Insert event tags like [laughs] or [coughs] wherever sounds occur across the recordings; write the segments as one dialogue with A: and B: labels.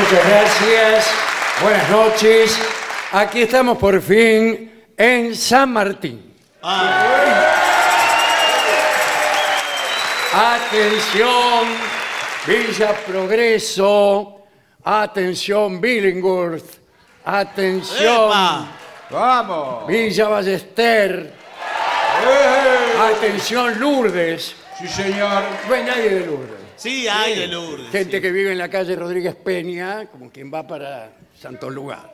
A: Muchas gracias, buenas noches. Aquí estamos por fin en San Martín. Atención, Villa Progreso, atención, Billinghurst, atención,
B: ¡Vamos!
A: Villa Ballester, atención, Lourdes.
B: Sí, señor.
A: No hay nadie de Lourdes.
C: Sí, hay de Lourdes.
A: Gente que vive en la calle Rodríguez Peña, como quien va para Santo Lugar.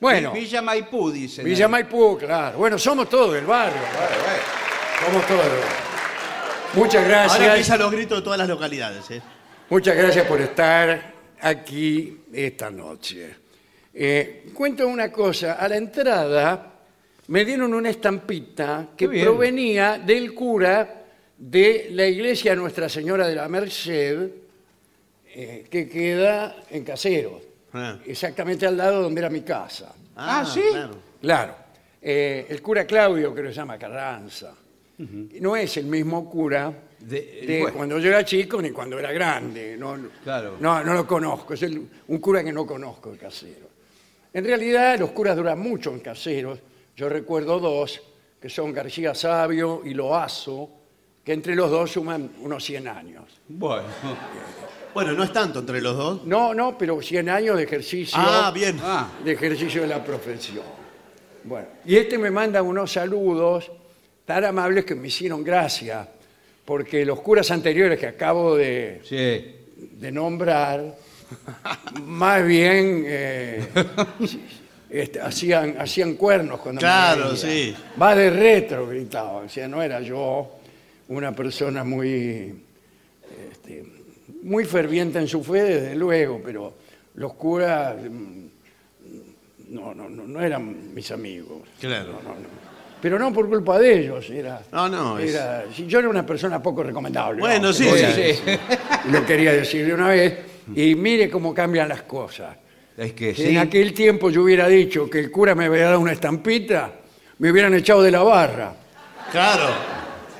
A: Bueno,
B: Villa Maipú, dicen.
A: Villa
B: ahí.
A: Maipú, claro. Bueno, somos todos del barrio.
B: Bueno, bueno.
A: Somos todos del barrio. Muchas
C: Ahora
A: gracias.
C: empiezan los gritos de todas las localidades. ¿eh?
A: Muchas gracias por estar aquí esta noche. Eh, cuento una cosa. A la entrada me dieron una estampita que
B: bien.
A: provenía del cura de la iglesia Nuestra Señora de la Merced, eh, que queda en Caseros.
C: Ah.
A: exactamente al lado donde era mi casa.
B: Ah, ¿sí?
C: claro.
A: Claro. Eh, el cura Claudio, que lo llama Carranza, no es el mismo cura de,
B: De- bueno.
A: cuando yo era chico ni cuando era grande. No,
B: Claro.
A: no, no lo conozco. Es el- un cura que no conozco en Caseros. En realidad, los curas duran mucho en Caseros. Yo recuerdo dos, que son García Sabio y Loazo, que entre los dos suman unos 100 años.
B: Bueno.
C: Bueno, no es tanto entre los dos.
A: No, no, pero 100 años de ejercicio.
C: Ah, bien.
B: Ah,
A: de ejercicio de la profesión. Bueno, y este me manda unos saludos tan amables que me hicieron gracia, porque los curas anteriores que acabo de,
B: sí.
A: de nombrar, más bien eh, este, hacían, hacían cuernos cuando me
C: Claro,
A: veían.
C: sí.
A: Va de retro, gritaba. O sea, no era yo una persona muy, este, muy ferviente en su fe, desde luego, pero los curas mm, no, no, no, no eran mis amigos.
C: Claro.
A: No, no, no. Pero no por culpa de ellos, era.
C: No, no, es-
A: era- si yo era una persona poco recomendable.
C: Bueno,
A: ¿no?
C: sí,
A: Voy a
C: sí.
A: decir. Lo quería decir de una vez. Y mire cómo cambian las cosas.
B: Es que
A: Si
B: sí.
A: en aquel tiempo yo hubiera dicho que el cura me había dado una estampita, me hubieran echado de la barra.
C: Claro.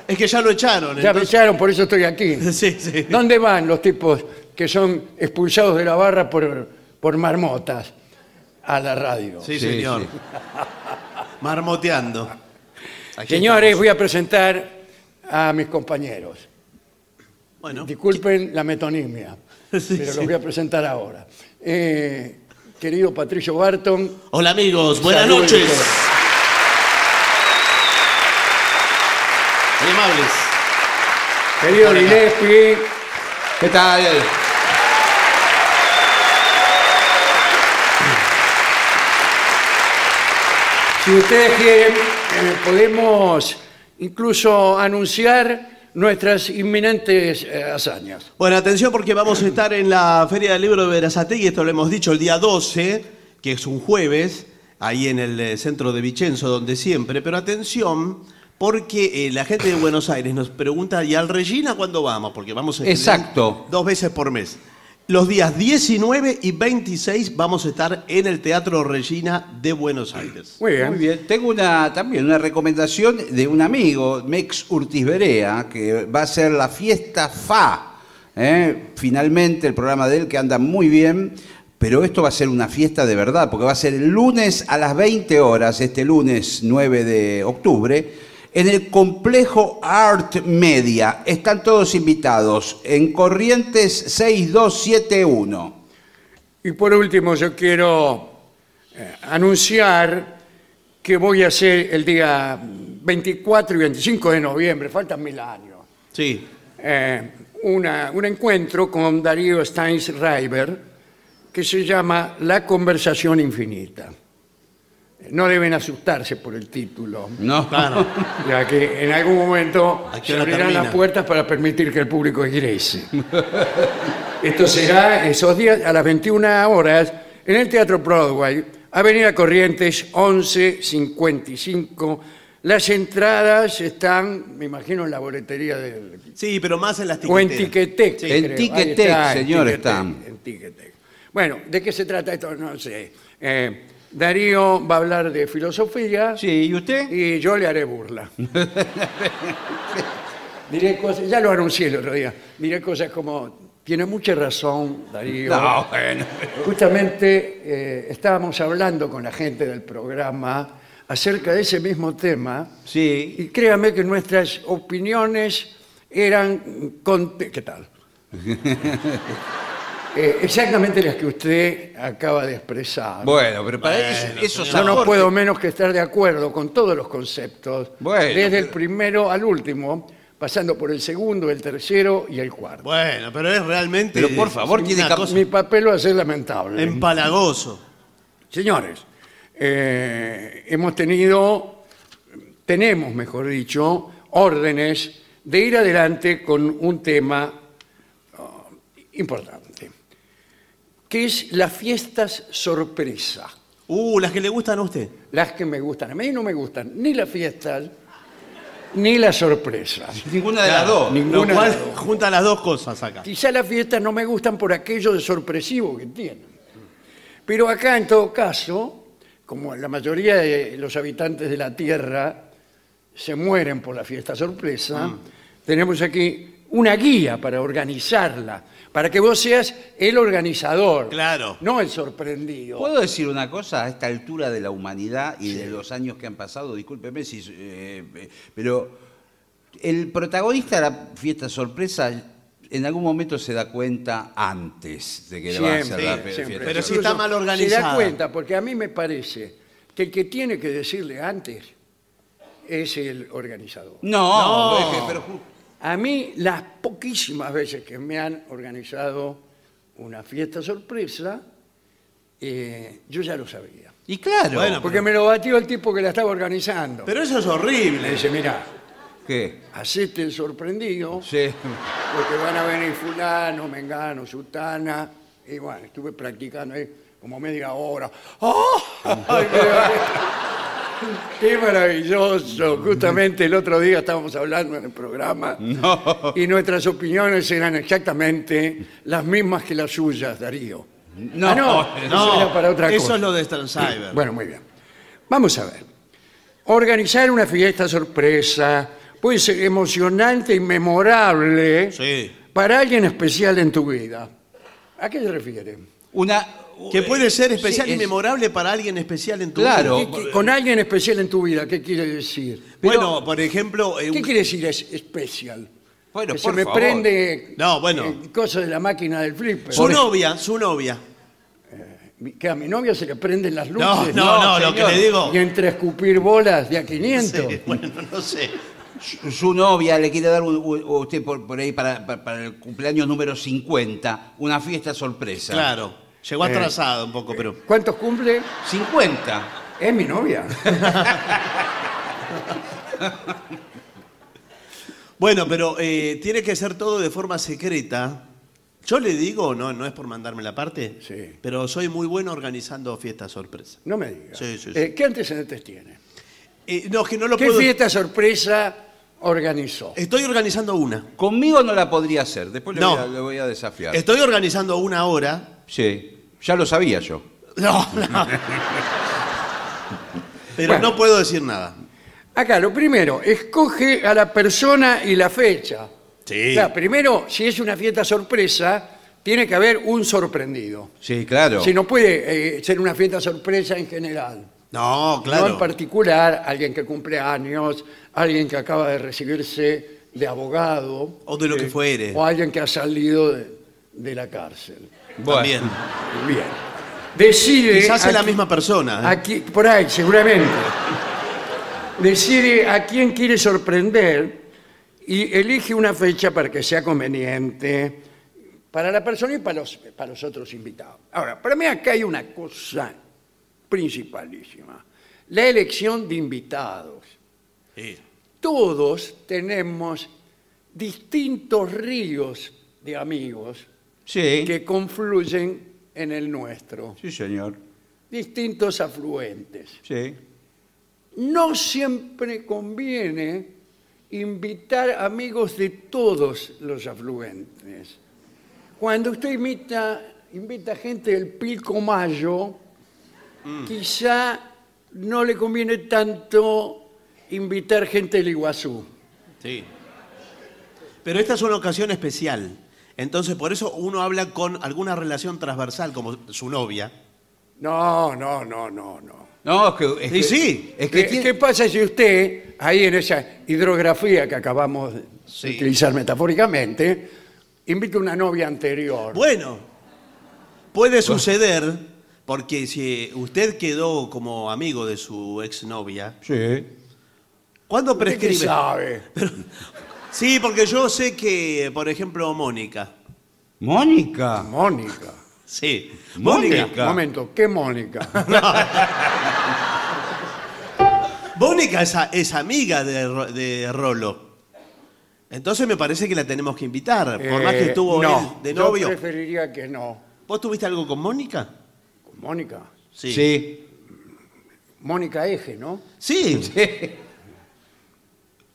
C: Es que ya lo echaron.
A: Ya me
C: entonces-
A: echaron, por eso estoy aquí.
C: [laughs] Sí, sí.
A: ¿Dónde van los tipos que son expulsados de la barra por, por marmotas a la radio?
C: Sí,
B: Sí,
C: señor.
B: sí.
C: Marmoteando. Aquí
A: Señores,
C: estamos.
A: voy a presentar a mis compañeros.
C: Bueno,
A: Disculpen la metonimia,
C: [laughs] Sí,
A: pero los
C: sí.
A: voy a presentar ahora. Eh, querido Patricio Barton,
C: Hola amigos, buenas
A: Salud,
C: noches.
A: Víctor.
C: Muy amables.
A: querido
C: Hola.
A: Gillespie,
B: ¿Qué tal?
A: si ustedes quieren, eh, podemos incluso anunciar nuestras inminentes eh, hazañas.
C: Bueno, atención porque vamos a estar en la Feria del Libro de Verazategui, esto lo hemos dicho el día 12, que es un jueves, ahí en el eh, centro de Vicenzo, donde siempre, pero atención porque eh, la gente de Buenos Aires nos pregunta, ¿y al Regina cuándo vamos? Porque vamos a estar
B: Exacto.
C: dos veces por mes. Los días 19 y 26 vamos a estar en el Teatro Regina de Buenos Aires.
A: Muy bien.
B: Muy bien. Tengo una también una recomendación de un amigo, Mex Urtiz Berea, que va a ser la fiesta FA. ¿eh? Finalmente el programa de él que anda muy bien. Pero esto va a ser una fiesta de verdad, porque va a ser el lunes a las 20 horas, este lunes 9 de octubre, en el complejo Art Media. Están todos invitados en Corrientes 6271.
A: Y por último, yo quiero eh, anunciar que voy a hacer el día 24 y 25 de noviembre, faltan mil años,
C: Sí.
A: eh, una- un encuentro con Darío Steinschreiber que se llama La conversación infinita. No deben asustarse por el título,
B: No,
C: Claro.
A: [laughs] ya que en algún momento
C: ¿A qué
A: se
C: hora
A: abrirán las
C: termina?
A: puertas para permitir que el público ingrese. [laughs] Esto será esos días a las 21 horas en el Teatro Broadway, Avenida Corrientes 1155. Las entradas están, me imagino, en la boletería del
C: Sí, pero más en las
A: o en
C: tiqueteras.
A: Ticketek.
C: Sí.
A: creo.
B: En
A: Ahí
B: Ticketek,
A: está, en
B: señor,
A: Ticketek,
B: están.
A: en Ticketek. Bueno, ¿de qué se trata esto? No sé. Eh, Darío va a hablar de filosofía
B: [laughs] Sí, ¿y usted?
A: y yo le haré burla. Diré cosas, ya lo anuncié el otro día, diré cosas como, tiene mucha razón Darío.
B: No, bueno.
A: Justamente eh, estábamos hablando con la gente del programa acerca de ese mismo tema.
B: Sí.
A: Y créame que nuestras opiniones eran... con- ¿Qué
B: [laughs]
A: tal? Eh, exactamente las que usted acaba de expresar.
B: Bueno, pero para eso,
A: Yo no puedo menos que estar de acuerdo con todos los conceptos,
B: Bueno,
A: desde el
B: pero-
A: primero al último, pasando por el segundo, el tercero y el cuarto.
C: Bueno, pero es realmente.
B: Pero por favor,
C: una
B: tiene que-
C: cosa
A: Mi papel va a ser lamentable.
C: Empalagoso.
A: Señores, eh, hemos tenido, tenemos, mejor dicho, órdenes de ir adelante con un tema oh, importante, que es las fiestas sorpresa,
C: Uh, las que le gustan a usted.
A: las que me gustan. A mí no me gustan ni las fiestas ni las sorpresas.
B: Ninguna de las
C: Claro,
B: dos.
A: ninguna
C: Lo
A: de
C: cual
A: las dos.
C: junta las dos cosas acá.
A: Quizá las fiestas no me gustan por aquello de sorpresivo que tienen. Pero acá, en todo caso, como la mayoría de los habitantes de la Tierra se mueren por la fiesta sorpresa,
B: Ah.
A: tenemos aquí una guía para organizarla, para que vos seas el organizador,
C: Claro.
A: no el sorprendido.
B: ¿Puedo decir una cosa a esta altura de la humanidad y de los años que han pasado? Discúlpeme si. eh, eh, pero el protagonista de la fiesta sorpresa en algún momento se da cuenta antes de que le va a hacer la
A: Siempre,
B: fe-
A: siempre.
B: fiesta
C: Pero si
B: sorpresa.
C: está mal
A: Se da
C: organizada.
A: cuenta, porque a mí me parece que el que tiene que decirle antes es el organizador.
B: No, es que- pero ju-
A: A mí, las poquísimas veces que me han organizado una fiesta sorpresa, eh, yo ya lo sabía.
B: Y claro.
C: Bueno,
A: Porque me lo batió el tipo que la estaba organizando.
C: Pero eso es
A: Le
C: horrible.
A: dice, mira,
B: ¿Qué?
A: hacete el sorprendido,
B: Sí.
A: porque van a venir fulano, mengano, sutana. Y bueno, estuve practicando ahí como media hora. ¡Oh! Ay, qué- ¡Qué maravilloso! Justamente el otro día estábamos hablando en el programa
B: No.
A: y nuestras opiniones eran exactamente las mismas que las suyas, Darío.
B: No,
A: Ah, no, eso
C: No,
A: era para otra
C: eso
A: cosa.
C: es lo de Stransiber.
A: Bueno, muy bien. Vamos a ver. Organizar una fiesta sorpresa puede ser emocionante y memorable
C: Sí.
A: para alguien especial en tu vida. ¿A qué se refiere?
B: Una.
C: Que puede ser especial
B: Sí,
C: y
B: es-
C: memorable para alguien especial en tu
B: Claro.
C: vida.
A: ¿Qué- qué- Con alguien especial en tu vida, ¿qué quiere decir?
C: eh, Bueno, por ejemplo, eh,
A: ¿Qué
C: un-
A: quiere decir es especial?
B: Bueno,
A: que se
B: por
A: me
B: favor.
A: prende
C: No, bueno.
A: eh, cosas de la máquina del flipper.
C: su novia, su novia.
A: Que a mi novia se le prenden las
C: No,
A: luces.
C: no, no, lo
B: señor.
C: que le digo.
A: Y entre escupir bolas de a 500.
C: Sí, [laughs] bueno, no sé.
B: Su, su novia le quiere dar un- u- u- usted por, por ahí para, para- para el cumpleaños número 50 una fiesta sorpresa.
C: Claro. Llegó atrasado un poco, pero.
A: ¿Cuántos cumple?
B: 50.
A: Es mi
C: [laughs]
A: novia.
C: Bueno, pero eh, tiene que ser todo de forma secreta. Yo le digo, no, no es por mandarme la parte,
A: Sí.
C: pero soy muy bueno organizando fiestas sorpresa.
A: No me digas.
C: Sí, sí, sí.
A: Eh, ¿Qué antecedentes tiene?
C: Eh, no, es que no lo
A: ¿Qué
C: puedo.
A: fiesta sorpresa organizó?
C: Estoy organizando una.
B: Conmigo no la podría hacer, después le,
C: No.
B: voy, a, le voy a desafiar.
C: Estoy organizando una [laughs] ahora.
B: Sí, ya lo sabía yo.
C: No, no. Pero
A: Bueno.
C: no puedo decir nada.
A: Acá, lo primero, escoge a la persona y la fecha.
C: Sí.
A: O sea, primero, si es una fiesta sorpresa, tiene que haber un sorprendido.
B: Sí, claro.
A: Si no puede eh, ser una fiesta sorpresa en general.
C: No, claro.
A: No en particular, alguien que cumple años, alguien que acaba de recibirse de abogado. eh,
C: O de lo que fuere.
A: O alguien que ha salido de, de la cárcel.
B: Bueno,
C: También.
A: Bien. Decide.
C: Quizás
A: a
C: es la
A: qui-
C: misma persona. ¿eh?
A: a qui- por ahí, seguramente. Decide a quién quiere sorprender y elige una fecha para que sea conveniente para la persona y para los, para los otros invitados. Ahora, para mí acá hay una cosa principalísima. La elección de invitados
C: Sí.
A: todos tenemos distintos ríos de amigos
B: Sí.
A: que confluyen en el nuestro,
B: Sí, señor.
A: distintos afluentes.
B: Sí.
A: No siempre conviene invitar amigos de todos los afluentes. Cuando usted invita, invita gente del Pico Mayo,
B: Mm.
A: quizá no le conviene tanto invitar gente del Iguazú.
C: Sí. Pero esta es una ocasión especial. Entonces, por eso uno habla con alguna relación transversal, como su novia.
A: No, no, no, no, no.
B: No, es que. es
C: Sí,
B: que-
C: sí.
B: Es que
A: ¿Qué,
B: tiene-
A: qué pasa si usted, ahí en esa hidrografía que acabamos de
C: Sí.
A: utilizar metafóricamente, invita a una novia anterior?
C: Bueno, puede suceder, porque si usted quedó como amigo de su exnovia,
B: Sí.
C: ¿cuándo
A: ¿Usted qué
C: prescribe?
A: sabe?
C: Sí, porque yo sé que, por ejemplo, Mónica.
B: Mónica.
A: Mónica.
C: Sí,
B: Mónica.
C: Mónica.
A: Un momento, ¿qué Mónica?
C: Mónica es, a- es amiga de, Ro- de Rolo. Entonces me parece que la tenemos que invitar, [laughs] por más que
A: Eh,
C: estuvo
A: no,
C: él de
A: yo
C: novio.
A: preferiría que no.
C: ¿Vos tuviste algo con Mónica?
A: Mónica.
C: Sí.
B: Sí. [laughs]
A: Mónica Eje, ¿no?
C: Sí.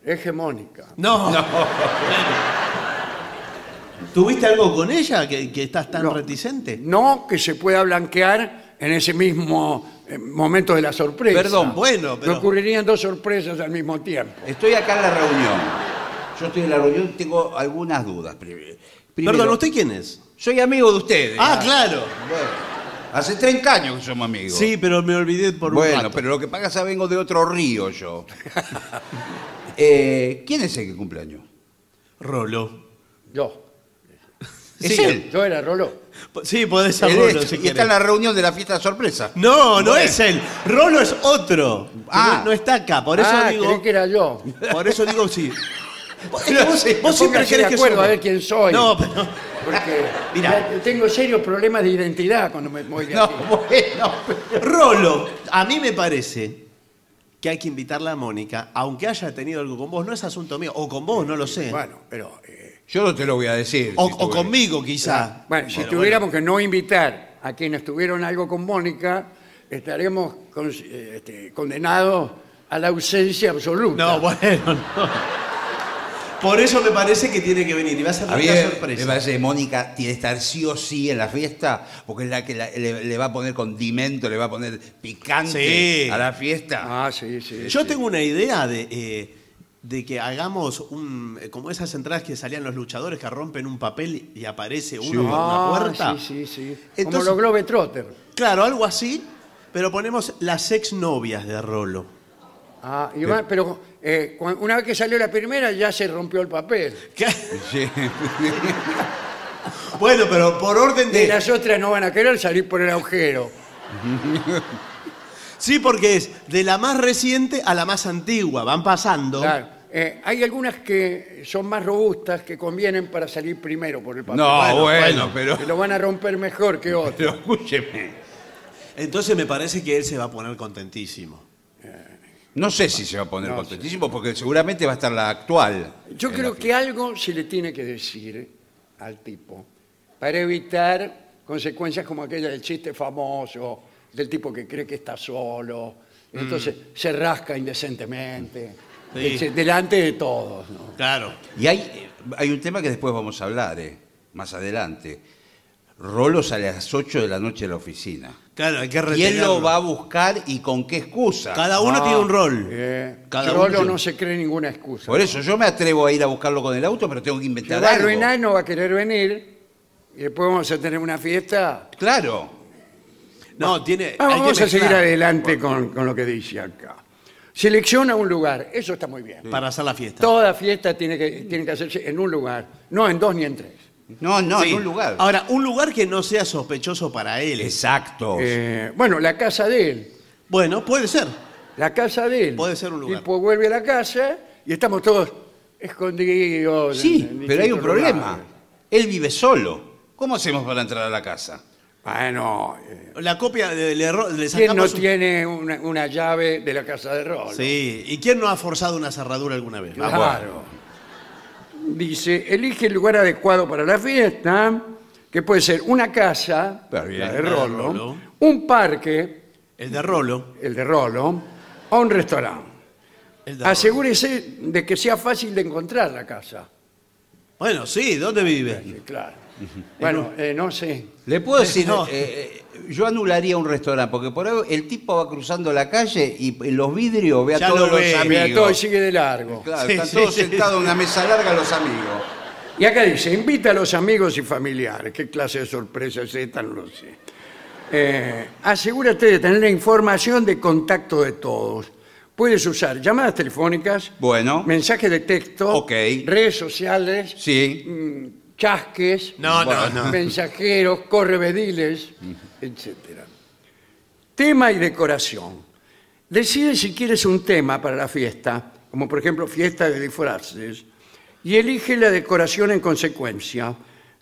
A: Eje Mónica.
C: No. [laughs] ¿Tuviste algo con ella que, que estás tan
A: No.
C: reticente?
A: No que se pueda blanquear en ese mismo eh, momento de la sorpresa.
B: Perdón,
C: bueno,
A: Me
C: pero-
A: ocurrirían dos sorpresas al mismo tiempo.
B: Estoy acá en la reunión. Yo estoy en la reunión, tengo algunas dudas. Pri- primero,
C: Perdón, ¿usted quién es?
B: Soy amigo de ustedes.
C: Ah, claro.
B: Bueno, hace 30 años que somos amigos.
C: Sí, pero me olvidé por un
B: Bueno,
C: rato.
B: pero lo que pasa es que vengo de otro
C: [laughs]
B: río yo. Eh, ¿Quién es el que cumpleaños?
C: Rolo.
A: Yo.
B: Es
C: Sí,
B: él.
A: Yo era Roló.
C: P- Sí, podés a
B: Él
C: Rolo
B: es-
C: si
B: y está
C: querés.
B: en la reunión de la fiesta sorpresa.
C: No, no es él. Rolo es otro.
B: Ah.
C: No, no está acá. Por eso
A: ah, creí
C: digo.
A: que era yo.
C: Por eso digo sí. Vos,
B: No, sí,
C: vos siempre
A: Póngase
C: querés
A: de
C: que
A: acuerdo
C: suba.
A: a ver quién soy.
C: No, pero.
A: Porque
C: [laughs] Mirá.
A: ya tengo serios problemas de identidad cuando me voy de
B: No,
A: aquí.
C: [laughs]
B: bueno.
C: Rolo, a mí me parece que hay que invitarla a Mónica, aunque haya tenido algo con vos, no es asunto mío, o con vos, no lo sé.
A: Bueno, pero... eh,
B: Yo no te lo voy a decir.
C: o,
B: si
C: o
B: tuve.
C: conmigo, quizá.
A: bueno, si
C: Pero
A: tuviéramos que no invitar a quienes tuvieron algo con Mónica, estaremos con- eh, este, condenados a la ausencia absoluta.
B: [laughs]
C: No, bueno, no. Por eso me parece que tiene que venir y va a ser
B: A
C: una
B: mí me me
C: sorpresa.
B: parece que Mónica tiene que estar sí o sí en la fiesta, porque es la que la- le, le va a poner condimento, le va a poner picante
C: Sí.
B: a la fiesta.
A: Ah, sí, sí.
C: Yo tengo una idea de, eh, de que hagamos un, eh, como esas entradas que salían los luchadores que rompen un papel y aparece uno con
A: Ah,
C: una puerta.
A: Sí, sí, sí. Como
C: Entonces-
A: los Globetrotter.
C: Claro, algo así, pero ponemos las exnovias de Rolo.
A: Ah, y va- pero eh, cu- una vez que salió la primera ya se rompió el papel.
B: Sí.
C: [laughs] Bueno, pero por orden
A: Y
C: de...
A: las otras no van a querer salir por el agujero.
C: Sí, porque es de la más reciente a la más antigua, van pasando.
A: Claro. Eh, hay algunas que son más robustas que convienen para salir primero por el papel.
B: No, bueno,
C: bueno,
B: pero,
A: Que lo van a romper mejor que otras.
B: pero escúcheme.
C: Entonces me parece que él se va a poner contentísimo.
B: No sé si se va a poner
A: No sé.
B: contentísimo, porque seguramente va a estar la actual.
A: Yo
B: en
A: creo
B: la
A: que algo se le tiene que decir al tipo para evitar consecuencias como aquella del chiste famoso, del tipo que cree que está solo, entonces se rasca indecentemente,
C: Mm. Sí.
A: este, delante de todos. ¿no?
C: Claro.
B: Y hay, hay un tema que después vamos a hablar, eh, más adelante. Rolo sale a las 8 de la noche de la oficina.
C: Claro, hay que
B: Y él
C: retenerlo.
B: lo va a buscar y con qué excusa.
C: Cada uno tiene un rol.
A: Eh,
C: Cada
A: solo
C: uno.
A: no se cree ninguna excusa.
B: Por eso yo me atrevo a ir a buscarlo con el auto, pero tengo que
A: Se
B: inventar
A: va a
B: algo.
A: arruinar, no va a querer venir, y después vamos a tener una fiesta.
B: Claro.
C: No, tiene...
A: Ah,
C: hay que
A: vamos a seguir
C: mezclar
A: adelante con, con lo que dice acá. Selecciona un lugar, eso está muy bien.
C: Para hacer la fiesta.
A: Toda fiesta tiene que, tiene que hacerse en un lugar, no en dos ni en tres.
B: No, no,
C: Sí.
B: en un lugar.
C: Ahora, un lugar que no sea sospechoso para él.
B: Exacto.
A: Eh, bueno, la casa de él.
C: Bueno, puede ser.
A: La casa de él.
C: Puede ser un lugar.
A: Tipo, vuelve a la casa y estamos todos escondidos.
B: sí,
A: en- en
B: pero hay un
A: distintos
B: problema.
A: lugares.
B: Él vive solo. ¿Cómo hacemos para entrar a la casa?
A: Bueno, eh,
C: La copia de, le, ro- le
A: ¿quién no
C: sacamos un-
A: tiene una, una llave de la casa de Rolo? Ah,
C: Sí, ¿y quién no ha forzado una cerradura alguna vez?
A: Claro. Dice, elige el lugar adecuado para la fiesta, que puede ser una casa,
B: Está bien,
A: la de
C: la de
A: Rolo,
C: Rolo.
A: un parque,
C: El de Rolo.
A: el de Rolo, o un restaurante.
C: el de
A: Ah,
C: Rolo.
A: Asegúrese de que sea fácil de encontrar la casa.
C: Bueno, sí, ¿dónde vive?
A: Sí, Claro. Bueno, eh, no sé.
B: Le puedo decir,
C: No.
B: eh, eh, yo anularía un restaurante, porque por ahí el tipo va cruzando la calle y en los vidrios ve a
C: Ya
B: todos
C: lo
B: los
C: ve,
B: amigos.
C: mira,
A: Mira, todo sigue de largo.
B: Claro,
C: Sí,
B: están
C: sí,
B: todos
C: sí.
B: sentados en una mesa larga los amigos.
A: Y acá dice, invita a los amigos y familiares. ¿Qué clase de sorpresa es esta? No lo sé. Eh, asegúrate de tener la información de contacto de todos. Puedes usar llamadas telefónicas,
B: Bueno.
A: mensajes de texto,
B: Ok.
A: redes sociales,
B: Sí.
A: mm, chasques,
C: No, no,
B: Bueno.
C: no.
A: mensajeros, correvediles, etcétera. Tema y decoración. Decide si quieres un tema para la fiesta, como por ejemplo fiesta de disfraces, y elige la decoración en consecuencia.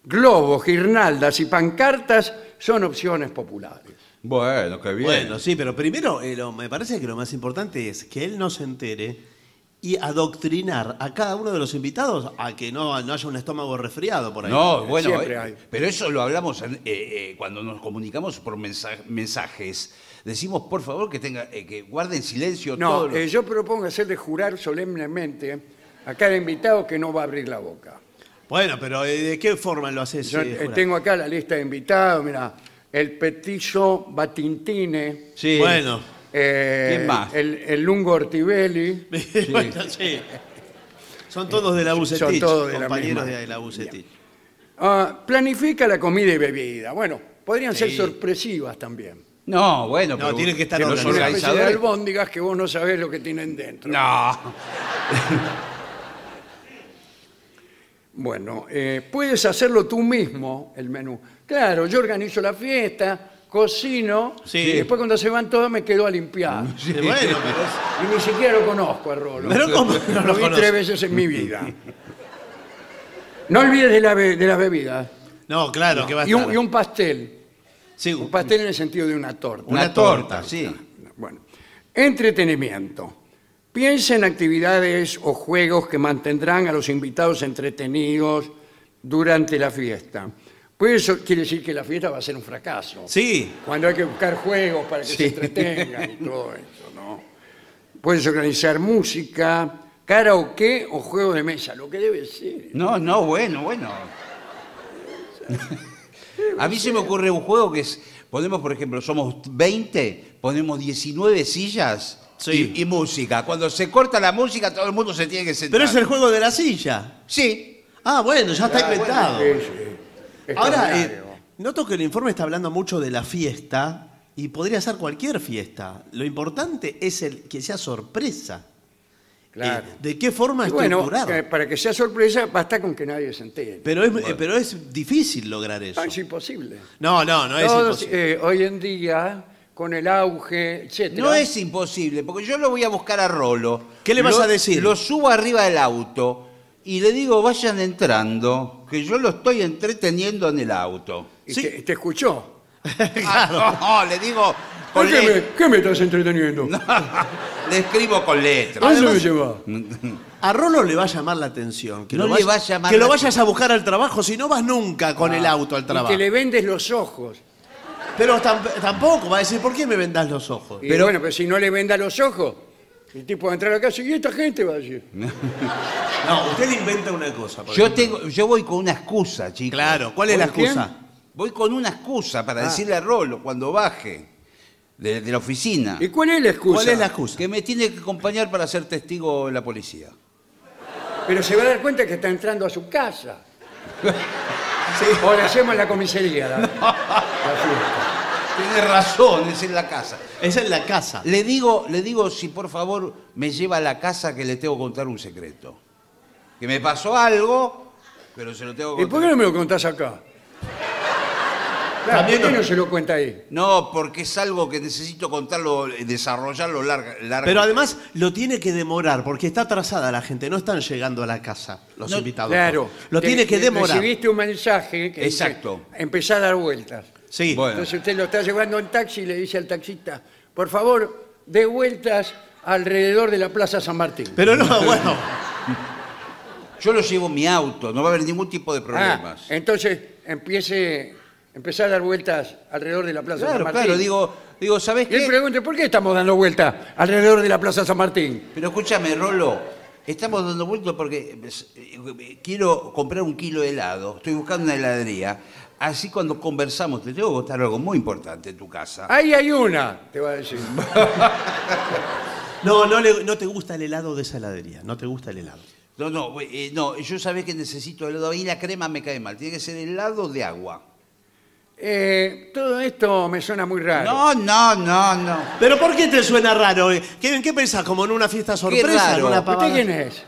A: Globos, guirnaldas y pancartas son opciones populares.
B: Bueno, qué bien.
C: Bueno, sí, pero primero eh, lo- me parece que lo más importante es que él no se entere y adoctrinar a cada uno de los invitados a que no, no haya un estómago resfriado por ahí.
B: No, bueno,
A: Siempre
B: eh,
A: hay.
B: pero eso lo hablamos en- eh, eh, cuando nos comunicamos por mensa- mensajes. Decimos, por favor, que tenga, eh, que guarden silencio
A: No,
B: todos los-
A: eh, yo propongo hacerle jurar solemnemente a cada invitado que no va a abrir la boca.
C: Bueno, pero eh, ¿de qué forma lo haces?
A: Yo
C: eh,
A: eh,
C: Julián?
A: tengo acá la lista de invitados, mira, el petizo Batintine,
B: Sí.
C: Bueno. [laughs]
A: eh,
B: ¿Quién más?
A: El, el Lungo Ortivelli,
C: Bueno, sí. Son todos de la Bucetich,
A: Son todos de la
C: compañeros
A: misma.
C: de la Bucetich.
A: Ah, planifica la comida y bebida. Bueno, podrían ser
C: Sí.
A: sorpresivas también.
B: No, bueno,
C: No,
B: pero
C: tiene que estar
B: los
C: organizado.
A: Una especie de
B: organizadores.
A: albóndigas que vos no sabés lo que tienen dentro.
B: No.
A: Bueno, eh, puedes hacerlo tú mismo, el menú. Claro, yo organizo la fiesta, cocino,
C: Sí.
A: y después cuando se van todos me quedo a limpiar.
B: [laughs]
C: Eh, Bueno, pero es-
A: Y ni siquiera lo conozco a Rolo.
C: Pero ¿cómo no lo
A: lo vi
C: conoce?
A: tres veces en mi vida. No olvides de, la be- de las bebidas.
C: No, claro, que va a
A: Y un,
C: estar.
A: y un pastel.
C: Sí,
A: Un pastel en el sentido de una torta.
B: Una,
C: Una
B: torta,
C: torta.
B: sí.
A: Bueno. Entretenimiento. Piensa en actividades o juegos que mantendrán a los invitados entretenidos durante la fiesta. Pues eso quiere decir que la fiesta va a ser un fracaso.
C: sí.
A: Cuando hay que buscar juegos para que se entretengan y
C: [laughs]
A: todo eso, ¿no? Puedes organizar música, karaoke o juego de mesa, lo que debe ser.
B: No, no, bueno, bueno. A mí se me ocurre un juego que es, ponemos por ejemplo, somos 20, ponemos 19 sillas
C: Sí.
B: y, y música. Cuando se corta la música todo el mundo se tiene que sentar.
C: Pero es el juego de la silla.
B: Sí.
C: Ah, bueno, ya está
A: Ah, bueno,
C: inventado.
A: sí, sí.
C: Ahora, eh,
A: Extraordinario.
C: noto que el informe está hablando mucho de la fiesta y podría ser cualquier fiesta. Lo importante es el que sea sorpresa.
A: Claro.
C: Eh, ¿De qué forma
A: Y bueno,
C: estructurado?
A: eh, para que sea sorpresa, basta con que nadie se entere.
C: pero, es, eh, pero es difícil lograr eso.
A: Ah, es imposible.
C: No, no, no es
A: Todos,
C: imposible.
A: eh, hoy en día, con el auge, etcétera.
B: No es imposible, porque yo lo voy a buscar a Rolo.
C: ¿Qué le vas
B: Lo-
C: a decir?
B: Lo subo arriba del auto y le digo, vayan entrando, que yo lo estoy entreteniendo en el auto.
A: Y
C: [laughs] sí.
A: te, te escuchó.
B: Ah, no, le digo, con
A: ¿Qué
B: let-
A: me, qué me estás entreteniendo?
B: [laughs] le escribo con
A: ¿A
B: letras.
A: dónde me
C: Además-
A: llevas? eh.
C: A Rolo le va a llamar la atención. Que
B: No
C: lo
B: le
C: vayas-
B: va a llamar
C: que lo
B: la
C: vayas a buscar al trabajo, si no vas nunca con el auto al
A: Ah, Y
C: trabajo.
A: que le vendes los ojos.
C: Pero tam- tampoco va a decir, ¿por qué me vendás los ojos?
A: pero bueno, pero si no le venda los ojos, el tipo va a entrar a la casa y esta gente va a decir.
C: No, usted inventa una cosa. por
B: Yo
C: ejemplo.
B: tengo, yo voy con una excusa, chicos.
C: Claro, ¿cuál es la
A: ¿Con quién?
C: excusa? Ah.
B: Voy con una excusa para decirle a Rolo cuando baje de, de la oficina
A: ¿Y cuál es la excusa?
C: ¿Cuál es la excusa?
B: que me tiene que acompañar para ser testigo de la policía.
A: Pero se va a dar cuenta que está entrando a su
C: [laughs]
A: casa. O le hacemos en la comisaría. la-
C: [laughs]
A: la fiesta.
B: Tiene razón, es en la casa.
C: Es en la casa.
B: Le digo, le digo si por favor me lleva a la casa que le tengo que contar un secreto. Que me pasó algo, pero se lo tengo que
A: ¿Y por qué
B: contar.
A: no me lo contás acá? Claro,
C: También
A: ¿Por qué
C: no-
A: no se lo cuenta ahí?
B: No, porque es algo que necesito contarlo, desarrollarlo larga, larga.
C: Pero además lo tiene que demorar porque está atrasada la gente, no están llegando a la casa los
B: No,
C: invitados.
A: Claro.
C: Lo
A: Te-
C: tiene que
A: te-
C: demorar.
A: Recibiste un mensaje que dice,
B: Exacto.
A: empezá a dar vueltas.
C: Sí.
B: Bueno.
A: Entonces usted lo está llevando en taxi y le dice al taxista, por favor, dé vueltas alrededor de la Plaza San Martín.
C: Pero no, bueno.
B: Yo lo llevo en mi auto, no va a haber ningún tipo de
A: Ah,
B: problemas.
A: entonces empiece, empezar a dar vueltas alrededor de la Plaza San
B: Claro,
A: Martín.
B: claro, digo, digo ¿sabes
A: Y él
B: qué?
A: pregunte, ¿por qué estamos dando vueltas alrededor de la Plaza San Martín?
B: Pero escúchame, Rolo, estamos dando vueltas porque eh, quiero comprar un kilo de helado, estoy buscando una heladería. Así cuando conversamos, te tengo que contar algo muy importante en tu casa.
A: Ahí hay una, te va a
B: [laughs]
A: decir.
C: No, no, le- no te gusta el helado de esa heladería, no te gusta el helado.
B: No, no, eh, no, yo sabés que necesito helado, ahí la crema me cae mal, tiene que ser helado de agua.
A: Eh, todo esto me suena muy raro.
B: No, no, no, no.
C: ¿Pero por qué te suena raro? eh? ¿Qué, qué pensás? ¿Como en una fiesta sorpresa? en
B: raro.
C: una
B: ¿Usted
C: pavada?
A: ¿Usted quién es?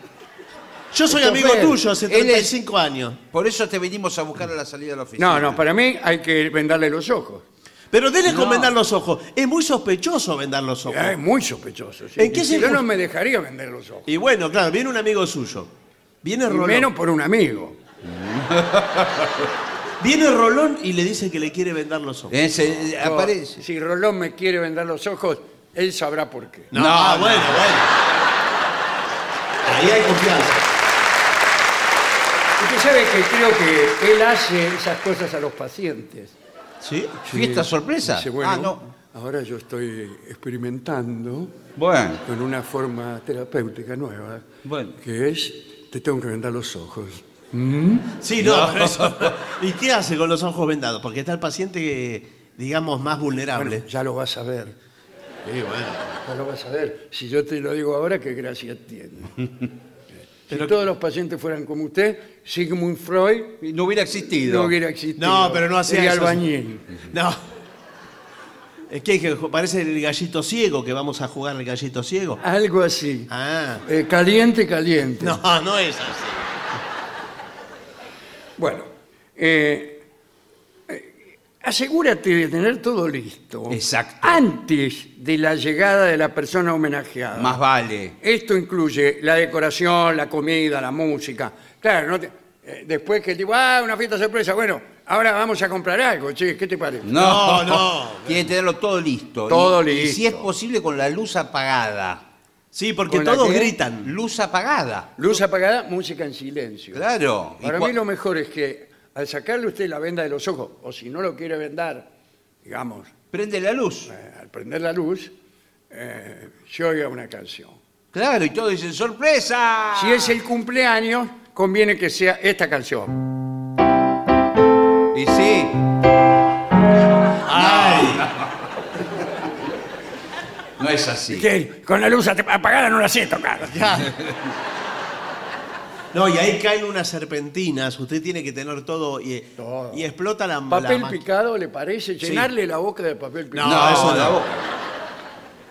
C: Yo soy amigo
A: Chofer.
C: tuyo hace
B: Él es-
C: 35 años.
B: Por eso te venimos a buscar a la salida de la oficina.
A: No, no, para mí hay que vendarle los ojos.
C: Pero dele
B: No.
C: con vendar los ojos. Es muy sospechoso vendar los ojos.
A: Es muy sospechoso. sí.
C: ¿En qué
A: Yo
C: circun-
A: no me dejaría vender los ojos.
C: Y bueno, claro, viene un amigo suyo. Viene
A: Y
C: Rolón.
A: menos por un amigo.
C: Viene Rolón y le dice que le quiere vendar los ojos.
B: Eh, se- eh, aparece.
A: Si Rolón me quiere vender los ojos, él sabrá por qué.
C: No,
B: No,
C: ah,
B: no.
C: bueno, bueno. Ahí hay confianza.
A: Usted sabe que creo que él hace esas cosas a los pacientes.
C: ¿Sí?
B: ¿Fiesta sorpresa?
A: Dice, bueno,
B: ah, no.
A: ahora yo estoy experimentando
B: Bueno.
A: con una forma terapéutica nueva,
B: Bueno.
A: que es, te tengo que vendar los ojos.
C: Sí, no. pero eso- ¿Y qué hace con los ojos vendados? Porque está el paciente, digamos, más vulnerable.
A: Bueno, ya lo vas a ver,
C: Sí, bueno.
A: ya lo vas a ver. Si yo te lo digo ahora, qué gracia
C: [laughs]
A: tiene.
C: Pero-
A: si todos los pacientes fueran como usted, Sigmund Freud
B: No hubiera existido.
A: no hubiera existido.
C: No, pero no hacía
A: Sería
C: eso.
A: albañil.
C: No. Es que, que parece el gallito ciego que vamos a jugar el gallito ciego.
A: Algo así.
C: Ah.
A: Eh, caliente, caliente.
C: No, no es así.
A: Bueno, eh, eh, asegúrate de tener todo listo.
B: Exacto.
A: Antes de la llegada de la persona homenajeada.
B: Más vale.
A: Esto incluye la decoración, la comida, la música. Claro, no te- eh, después que digo, ah, una fiesta sorpresa, bueno, ahora vamos a comprar algo, che, ¿qué te parece?
B: [laughs]
C: No,
B: No,
C: no.
B: Tiene que tenerlo todo listo.
A: Todo
B: Y- Y
A: listo.
B: si es posible con la luz apagada.
C: Sí, porque
A: ¿Con la
C: todos
A: qué?
C: gritan.
B: Luz apagada.
A: Luz apagada, música en silencio.
B: Claro. Y
A: Para
B: cua-
A: mí lo mejor es que al sacarle usted la venda de los ojos, o si no lo quiere vendar, digamos,
B: Prende la luz.
A: eh, al prender la luz, eh, se oiga una canción.
B: Claro, y todos dicen sorpresa.
A: Si es el cumpleaños, conviene que sea esta canción.
B: Y sí.
C: ¡Ay!
B: No es así.
A: Que con la luz at- apagada no la sé tocar.
C: No, y ahí caen unas serpentinas. Usted tiene que tener todo y,
A: Todo.
C: y explota la la
A: ¿Papel
C: ma-
A: picado le parece? Llenarle la boca de papel picado.
C: No, eso
B: la
C: no.
B: boca.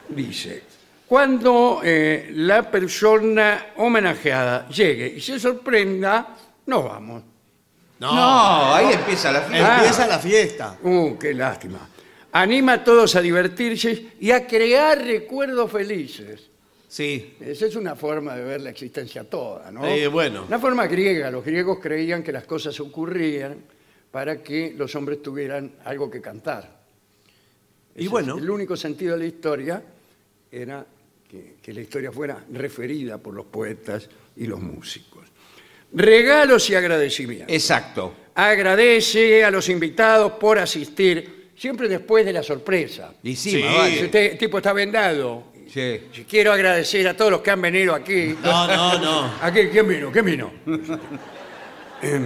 A: Dice, cuando eh, la persona homenajeada llegue y se sorprenda, nos vamos. Ah.
C: No.
B: No, ahí empieza la fiesta.
C: Empieza la fiesta.
A: Uh, qué lástima. Anima a todos a divertirse y a crear recuerdos felices.
C: Sí.
A: Esa es una forma de ver la existencia toda, ¿no?
C: Eh, bueno.
A: Una forma griega. Los griegos creían que las cosas ocurrían para que los hombres tuvieran algo que cantar.
C: Y
A: Ese
C: bueno.
A: es El único sentido de la historia era que, que la historia fuera referida por los poetas y los músicos. Regalos y agradecimientos.
B: Exacto.
A: Agradece a los invitados por asistir, siempre después de la sorpresa.
B: Y sí,
C: Sí.
B: más vale.
A: Si este tipo está vendado,
B: Sí.
A: si quiero agradecer a todos los que han venido aquí.
C: No, no, no.
A: ¿A qué? ¿Quién vino? ¿Quién
C: [laughs]
A: vino? Em,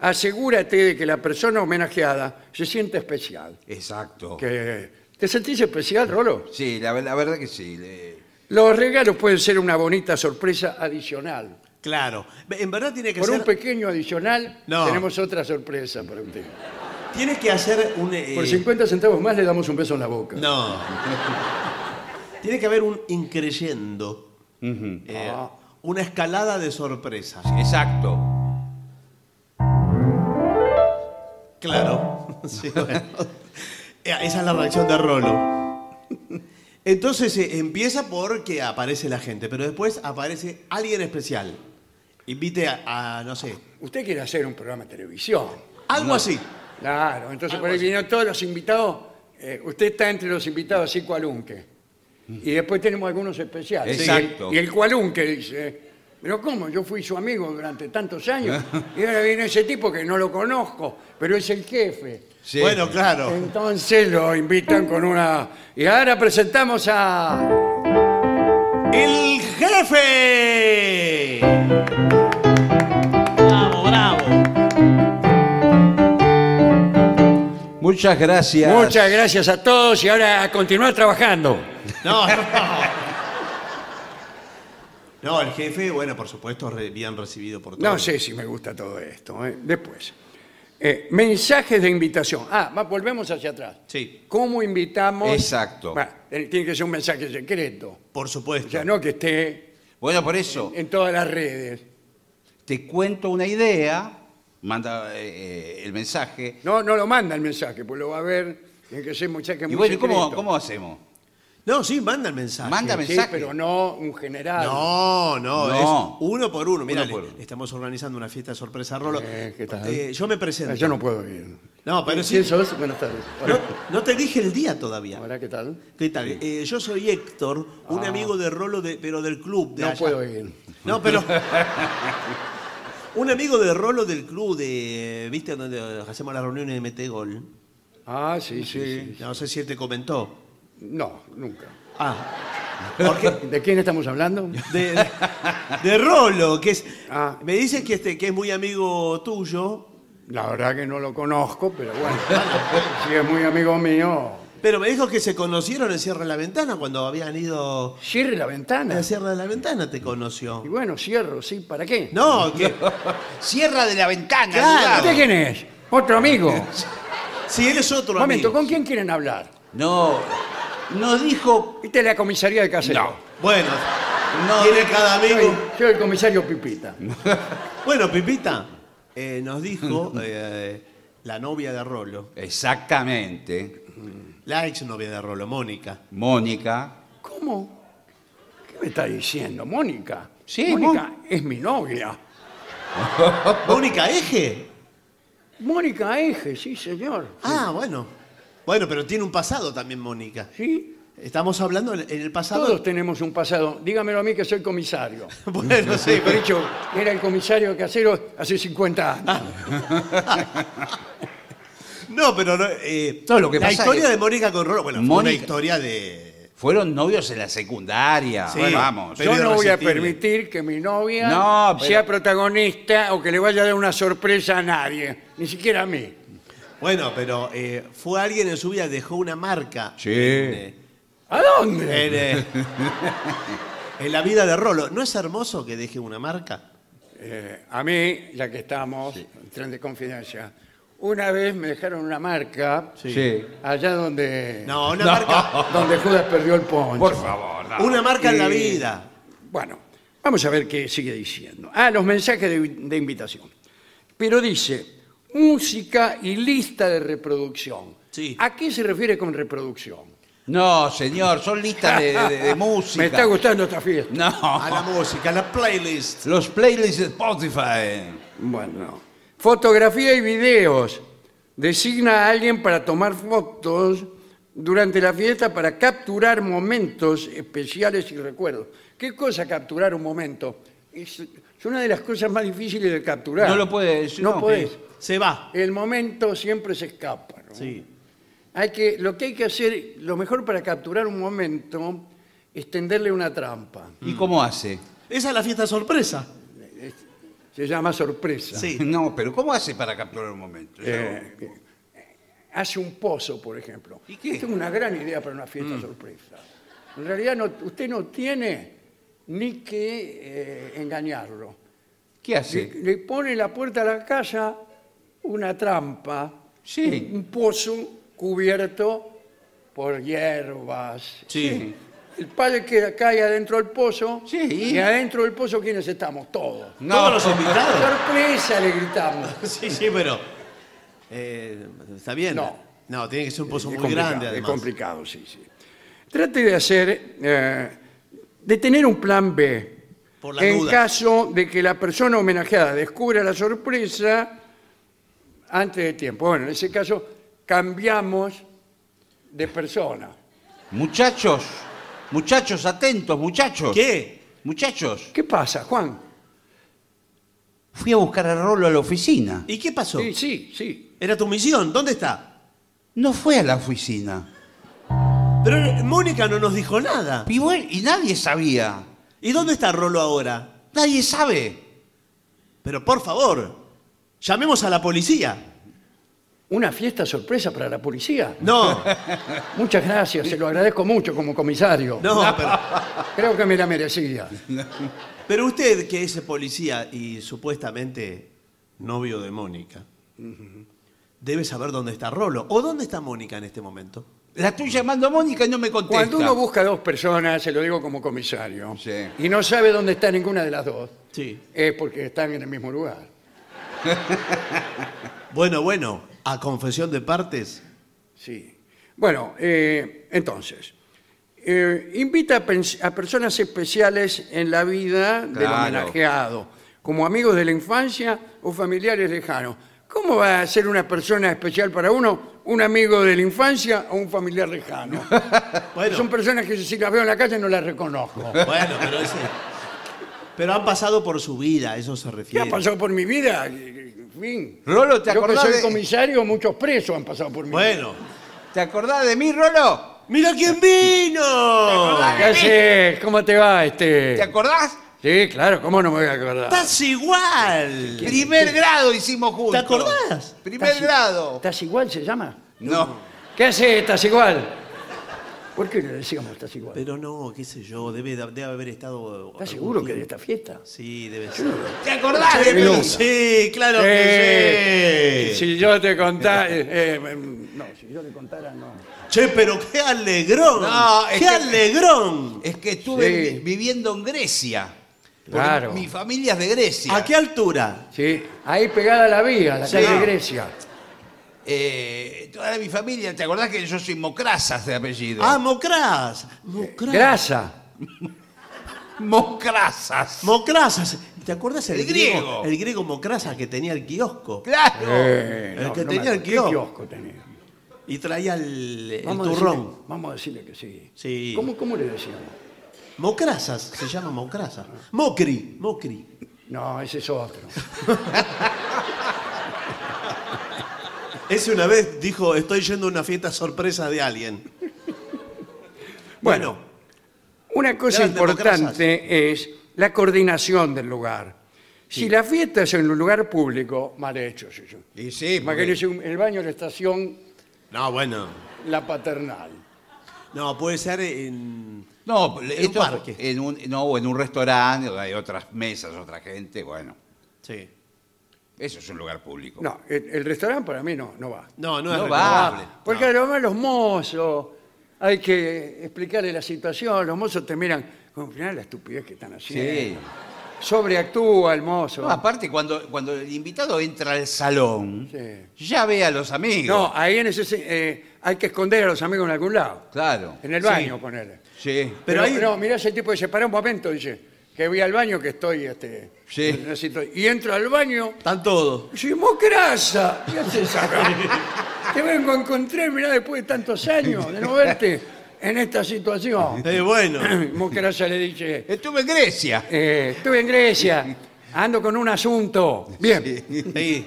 A: asegúrate de que la persona homenajeada se sienta especial.
B: Exacto.
A: Que- ¿Te sentís especial, Rolo?
B: Sí, la, ver- la verdad que sí. le-
A: Los regalos pueden ser una bonita sorpresa adicional.
C: Claro. En verdad tiene que
A: Por un
C: ser.
A: pequeño adicional
C: No.
A: tenemos otra sorpresa para usted.
C: Tiene que hacer un. eh,
A: Por 50 centavos más le damos un beso en la boca.
C: No. [laughs] Tiene que haber un increyendo. Eh,
A: Ah.
C: Una escalada de sorpresas.
B: Exacto.
C: Claro. [laughs] Sí, bueno. Eh, Esa es la reacción de Rolo. Entonces eh, empieza porque aparece la gente, pero después aparece alguien especial. Invite a, a, no sé,
A: Usted quiere hacer un programa de televisión.
C: algo así.
A: Claro, entonces
B: Ah,
C: Algo
A: por ahí
C: así.
A: vinieron todos los invitados. eh, usted está entre los invitados así cualunque. Y después tenemos algunos especiales.
B: Exacto.
A: Y el, y el cualunque dice, Pero ¿cómo? Yo fui su amigo durante tantos años y ahora viene ese tipo que no lo conozco, pero es el jefe.
B: Sí.
C: Bueno, claro.
A: Entonces lo invitan con una... Y ahora presentamos a...
C: ¡El jefe! Bravo, bravo.
B: Muchas gracias.
A: Muchas gracias a todos y ahora a continuar trabajando.
C: No, no. No, el jefe, bueno, por supuesto, re- bien recibido por todos.
A: No sé si me gusta todo esto. ¿eh? Después. Eh, mensajes de invitación. Ah, va, volvemos hacia atrás.
C: Sí.
A: ¿Cómo invitamos?
B: Exacto.
A: Bueno, eh, tiene que ser un mensaje secreto.
C: Por
A: O
C: supuesto.
A: sea, no que esté
B: Bueno, por eso,
A: en todas las redes.
B: te cuento una idea, manda eh, eh, el mensaje.
A: No, no lo manda el mensaje, pues lo va a ver. Tiene que ser un mensaje muy
B: Y bueno, ¿y ¿cómo,
A: secreto.
B: cómo hacemos?
C: No, sí, manda el mensaje.
B: Manda
A: Sí,
B: mensaje.
A: pero no un general.
C: No, no,
B: No.
C: es uno por uno. Mira,
B: por uno.
C: estamos organizando una fiesta sorpresa, Rolo.
A: Eh, ¿qué tal?
C: Eh, yo me presento.
A: Ah, Yo no puedo ir.
C: No, pero sí.
A: ¿Quién sos? Buenas tardes.
C: No,
A: Hola.
C: no te dije el día todavía.
A: Hola, ¿qué tal?
C: ¿Qué tal? Eh, yo soy Héctor, un amigo de Rolo, de- pero del club. De
A: Ah. No
C: allá.
A: puedo ir. [laughs]
C: No, pero. un amigo de Rolo del club, de, ¿viste? Donde hacemos las reuniones de Metegol.
A: Ah, sí, sí.
C: No sé si él te comentó.
A: No, nunca.
C: Ah. [laughs] Porque,
A: ¿De quién estamos
B: [laughs]
A: hablando?
C: de, de- de Rolo, que es.
A: Ah.
C: Me dicen que, este, que es muy amigo tuyo,
A: La verdad que no lo conozco, pero bueno, si es muy amigo mío.
C: pero me dijo que se conocieron en Cierra la Ventana cuando habían ido
A: Cierre la ventana.
C: a Cierra la Ventana, te conoció.
A: Y bueno, cierro, sí, ¿para qué?
C: No,
A: [laughs]
C: que
B: Cierra de la ventana.
A: Claro, ¿usted
B: digamos.
A: quién es? Otro
C: [laughs]
A: amigo.
C: si él es otro
A: Momento,
C: amigo.
A: ¿con quién quieren hablar?
B: No, no dijo.
A: Viste la comisaría de Casero.
C: Bueno,
B: No,
C: tiene
B: dijo-
C: cada amigo.
A: Soy, soy el comisario Pipita.
C: Bueno, Pipita, eh, nos
A: [laughs]
C: dijo eh, la novia de Rolo,
B: Exactamente.
C: la exnovia de Rolo, Mónica.
B: Mónica.
A: ¿Cómo? ¿Qué me está diciendo? ¿Mónica?
B: Sí,
A: Mónica es mi novia.
C: ¿Mónica Eje?
A: Mónica Eje, sí, señor.
C: Ah, bueno. Bueno, pero tiene un pasado también, Mónica.
A: Sí,
C: Estamos hablando en en el pasado.
A: todos tenemos un pasado. Dígamelo a mí que soy comisario.
C: [laughs] Bueno, sí,
A: Por
C: pero
A: hecho, era el comisario de Casero hace 50 años.
B: Ah,
C: No, pero no, eh,
B: No, lo que
C: la
B: pasa
C: historia
B: es-
C: de Mónica con Rolo, bueno, fue
B: Mónica-
C: una historia de.
B: Fueron novios en la secundaria.
C: Sí.
B: Bueno, vamos.
C: Pero-
A: Yo no voy a
C: irresistible.
A: permitir que mi novia
B: No, pero-
A: sea protagonista o que le vaya a dar una sorpresa a nadie, ni siquiera a mí.
C: Bueno, pero eh, fue alguien en su vida, dejó una marca.
B: Sí.
C: En, eh,
A: ¿A dónde?
C: en,
B: [laughs]
C: eh, en la vida de Rolo. ¿No es hermoso que deje una marca?
A: Eh, a mí, ya que estamos, en tren de confidencia, una vez me dejaron una marca
B: Sí.
A: allá donde,
C: No, una
B: No.
C: marca.
B: [laughs]
A: donde Judas perdió el poncho.
B: Por favor. no.
C: Una marca en la
A: Eh,
C: vida.
A: Bueno, vamos a ver qué sigue diciendo. Ah, los mensajes de, de invitación. Pero dice, música y lista de reproducción.
C: Sí.
A: ¿A qué se refiere con reproducción?
B: No, señor, son listas de, de-
C: [laughs]
B: de música.
A: Me está gustando esta fiesta.
B: No.
C: A la música, a la playlist.
B: Los playlists de Spotify.
A: Bueno. Fotografía y videos. Designa a alguien para tomar fotos durante la fiesta para capturar momentos especiales y recuerdos. ¿Qué cosa capturar un momento? Es, es una de las cosas más difíciles de capturar.
B: No lo puedes,
A: No,
B: no.
A: podés.
C: Se va.
A: El momento siempre se escapa. ¿no?
C: Sí.
A: Hay que, lo que hay que hacer, lo mejor para capturar un momento, es tenderle una trampa.
C: Mm.
B: ¿Y cómo hace?
C: Esa es la fiesta sorpresa.
A: Se llama sorpresa.
C: Sí.
B: [laughs] No, pero ¿cómo hace para capturar un momento?
A: Eh, hace un pozo, por ejemplo.
B: ¿Y qué?
A: Esta es una gran idea para una fiesta sorpresa. En realidad no, usted no tiene ni que eh, engañarlo.
B: ¿Qué
C: eh.
B: hace?
A: Le, le pone en la puerta de la casa una trampa,
B: Sí.
A: un, un pozo cubierto por hierbas.
B: Sí.
A: El padre queda, cae adentro del pozo
B: Sí.
A: y adentro del pozo ¿quiénes estamos? Todos.
B: No.
C: Todos los invitados.
A: ¡Sorpresa! le gritamos.
C: [laughs] Sí, sí, pero. eh, está bien.
A: No.
C: No, tiene que ser un pozo
A: Es
C: muy
A: complicado,
C: grande,
A: Es
C: además.
A: complicado, sí, sí. Trate de hacer, eh, de tener un plan B.
C: Por las
A: en
C: dudas.
A: caso de que la persona homenajeada descubra la sorpresa antes de tiempo. Bueno, en ese caso cambiamos de persona.
B: Muchachos, muchachos, atentos, muchachos.
C: ¿Qué?
B: Muchachos,
A: ¿Qué pasa, Juan?
B: fui a buscar a Rolo a la oficina.
C: ¿Y qué pasó?
A: Sí, sí, sí.
C: Era tu misión, ¿dónde está?
B: No fue a la oficina.
C: Pero eh, Mónica no nos dijo nada.
B: Y, bueno, y nadie sabía.
C: ¿Y dónde está Rolo ahora?
B: Nadie sabe.
C: Pero por favor, llamemos a la policía.
A: Una fiesta sorpresa para la policía.
C: No,
A: Muchas gracias, se lo agradezco mucho como comisario. [laughs]
C: no, pero,
A: Creo que me la merecía.
C: pero usted que es policía y supuestamente novio de Mónica, debe saber dónde está Rolo. ¿O dónde está Mónica en este momento?
B: La estoy llamando a Mónica y no me contesta.
A: Cuando uno busca dos personas, se lo digo como comisario,
B: Sí.
A: y no sabe dónde está ninguna de las dos,
C: Sí.
A: es porque están en el mismo lugar.
C: Bueno, bueno, a confesión de partes.
A: Sí. Bueno, eh, entonces, eh, invita a, pens- a personas especiales en la vida del
B: Claro.
A: homenajeado, como amigos de la infancia o familiares lejanos. ¿Cómo va a ser una persona especial para uno un amigo de la infancia o un familiar
B: [laughs]
A: lejano?
C: Bueno,
A: Son personas que si las veo en la calle no las reconozco.
C: [laughs] bueno pero ese- Pero han pasado por su vida, a eso se
A: ¿Qué
C: refiere.
A: ha pasado por mi vida? En fin.
B: Rolo, ¿te
A: Yo que
B: acordás,
A: soy
B: de...
A: comisario, muchos presos han pasado por mi vida.
C: Bueno.
B: ¿te acordás de mí, Rolo?
C: ¡Mira quién vino!
A: ¿Qué haces? ¿Cómo te va este?
B: ¿Te acordás?
A: Sí, claro, ¿cómo no me voy a acordar?
C: ¡Estás igual!
B: Primer grado hicimos juntos.
C: ¿Te acordás?
B: Primer grado.
A: ¿Estás igual se llama?
B: No.
A: ¿Qué hace? ¿Estás igual? ¿Por qué le decíamos estás igual?
C: Pero no, qué sé yo, debe, de- debe haber estado.
A: ¿Estás
C: algún
A: seguro que de
C: tiempo.
A: esta fiesta?
C: Sí, debe ser.
B: ¿Te acordás de
A: Pero-
B: mí?
C: Sí, claro
A: Eh,
C: que sí.
A: Si yo te contara... eh, eh, no, si yo le contara, no.
C: Che, pero qué alegrón.
B: No, es
C: ¡Qué
B: que-
C: alegrón!
B: Es que estuve
A: Sí.
B: vi- viviendo en Grecia. Porque
A: Claro.
B: Mi familia es de Grecia.
C: ¿A qué altura?
A: Sí, ahí pegada a la vía, la
C: Sí.
A: calle Grecia.
B: Eh, toda mi familia, ¿te acordás que yo soy Mocrasas de apellido?
C: ¡Ah, Mocras! Mocras.
A: Grasa.
B: Mocrasas.
C: Mocrasas. ¿Te acuerdas el,
B: El
C: griego?
B: griego.
C: El griego Mocrasas que tenía el kiosco.
B: claro.
A: Eh,
C: El que
A: me
C: tenía el
A: acuerdo. ¿Qué
C: kiosco.
A: kiosco tenía?
C: Y traía el, el
A: Vamos a
C: turrón.
A: decirle- vamos a decirle que sí.
C: Sí.
A: ¿Cómo, cómo le decíamos?
C: Mocrasas, se llama Mocrasas. Mocri, Mocri.
A: No, ese es otro.
C: Ese una vez dijo, estoy yendo a una fiesta sorpresa de alguien. Bueno,
A: Una cosa
C: Grandes
A: importante es la coordinación del lugar. Si la fiesta es en un lugar público, mal hecho. sí, sí.
B: Y sí, porque-
A: Imagínese un- el baño de la estación
C: no, bueno.
A: La Paternal.
C: No, puede ser en...
B: No, pues,
C: En
B: esto-
C: un parque.
B: En un, no, o en un restaurante, donde hay otras mesas, otra gente, bueno.
C: Sí.
B: Eso es un lugar público.
A: No, el, el restaurante para mí no, no va.
C: No, no es
B: No va.
C: recomendable.
A: Porque además los mozos, hay que explicarle la situación, los mozos te miran, con mirá la estupidez que están
B: Sí.
A: haciendo. Sobreactúa el mozo.
B: No, aparte, cuando, cuando el invitado entra al salón,
A: Sí.
B: ya ve a los amigos.
A: No, ahí en ese eh, hay que esconder a los amigos en algún lado.
B: Claro.
A: En el baño, ponele.
B: Sí.
A: Pero,
C: Pero ahí-
A: no, mirá ese tipo dice, pará un momento, dice, que voy al baño que estoy, este,
B: Sí.
A: necesito- Y entro al baño, [laughs]
C: Están todos.
A: dice, mocrasa, ¿qué haces
B: [laughs]
A: acá? Te vengo a encontrar, mirá, después de tantos años de no verte en esta situación.
B: [laughs]
C: Eh, bueno,
A: Mocrasa le dice,
B: Estuve en Grecia.
A: eh, estuve en Grecia, ando con un asunto. Bien,
C: sí.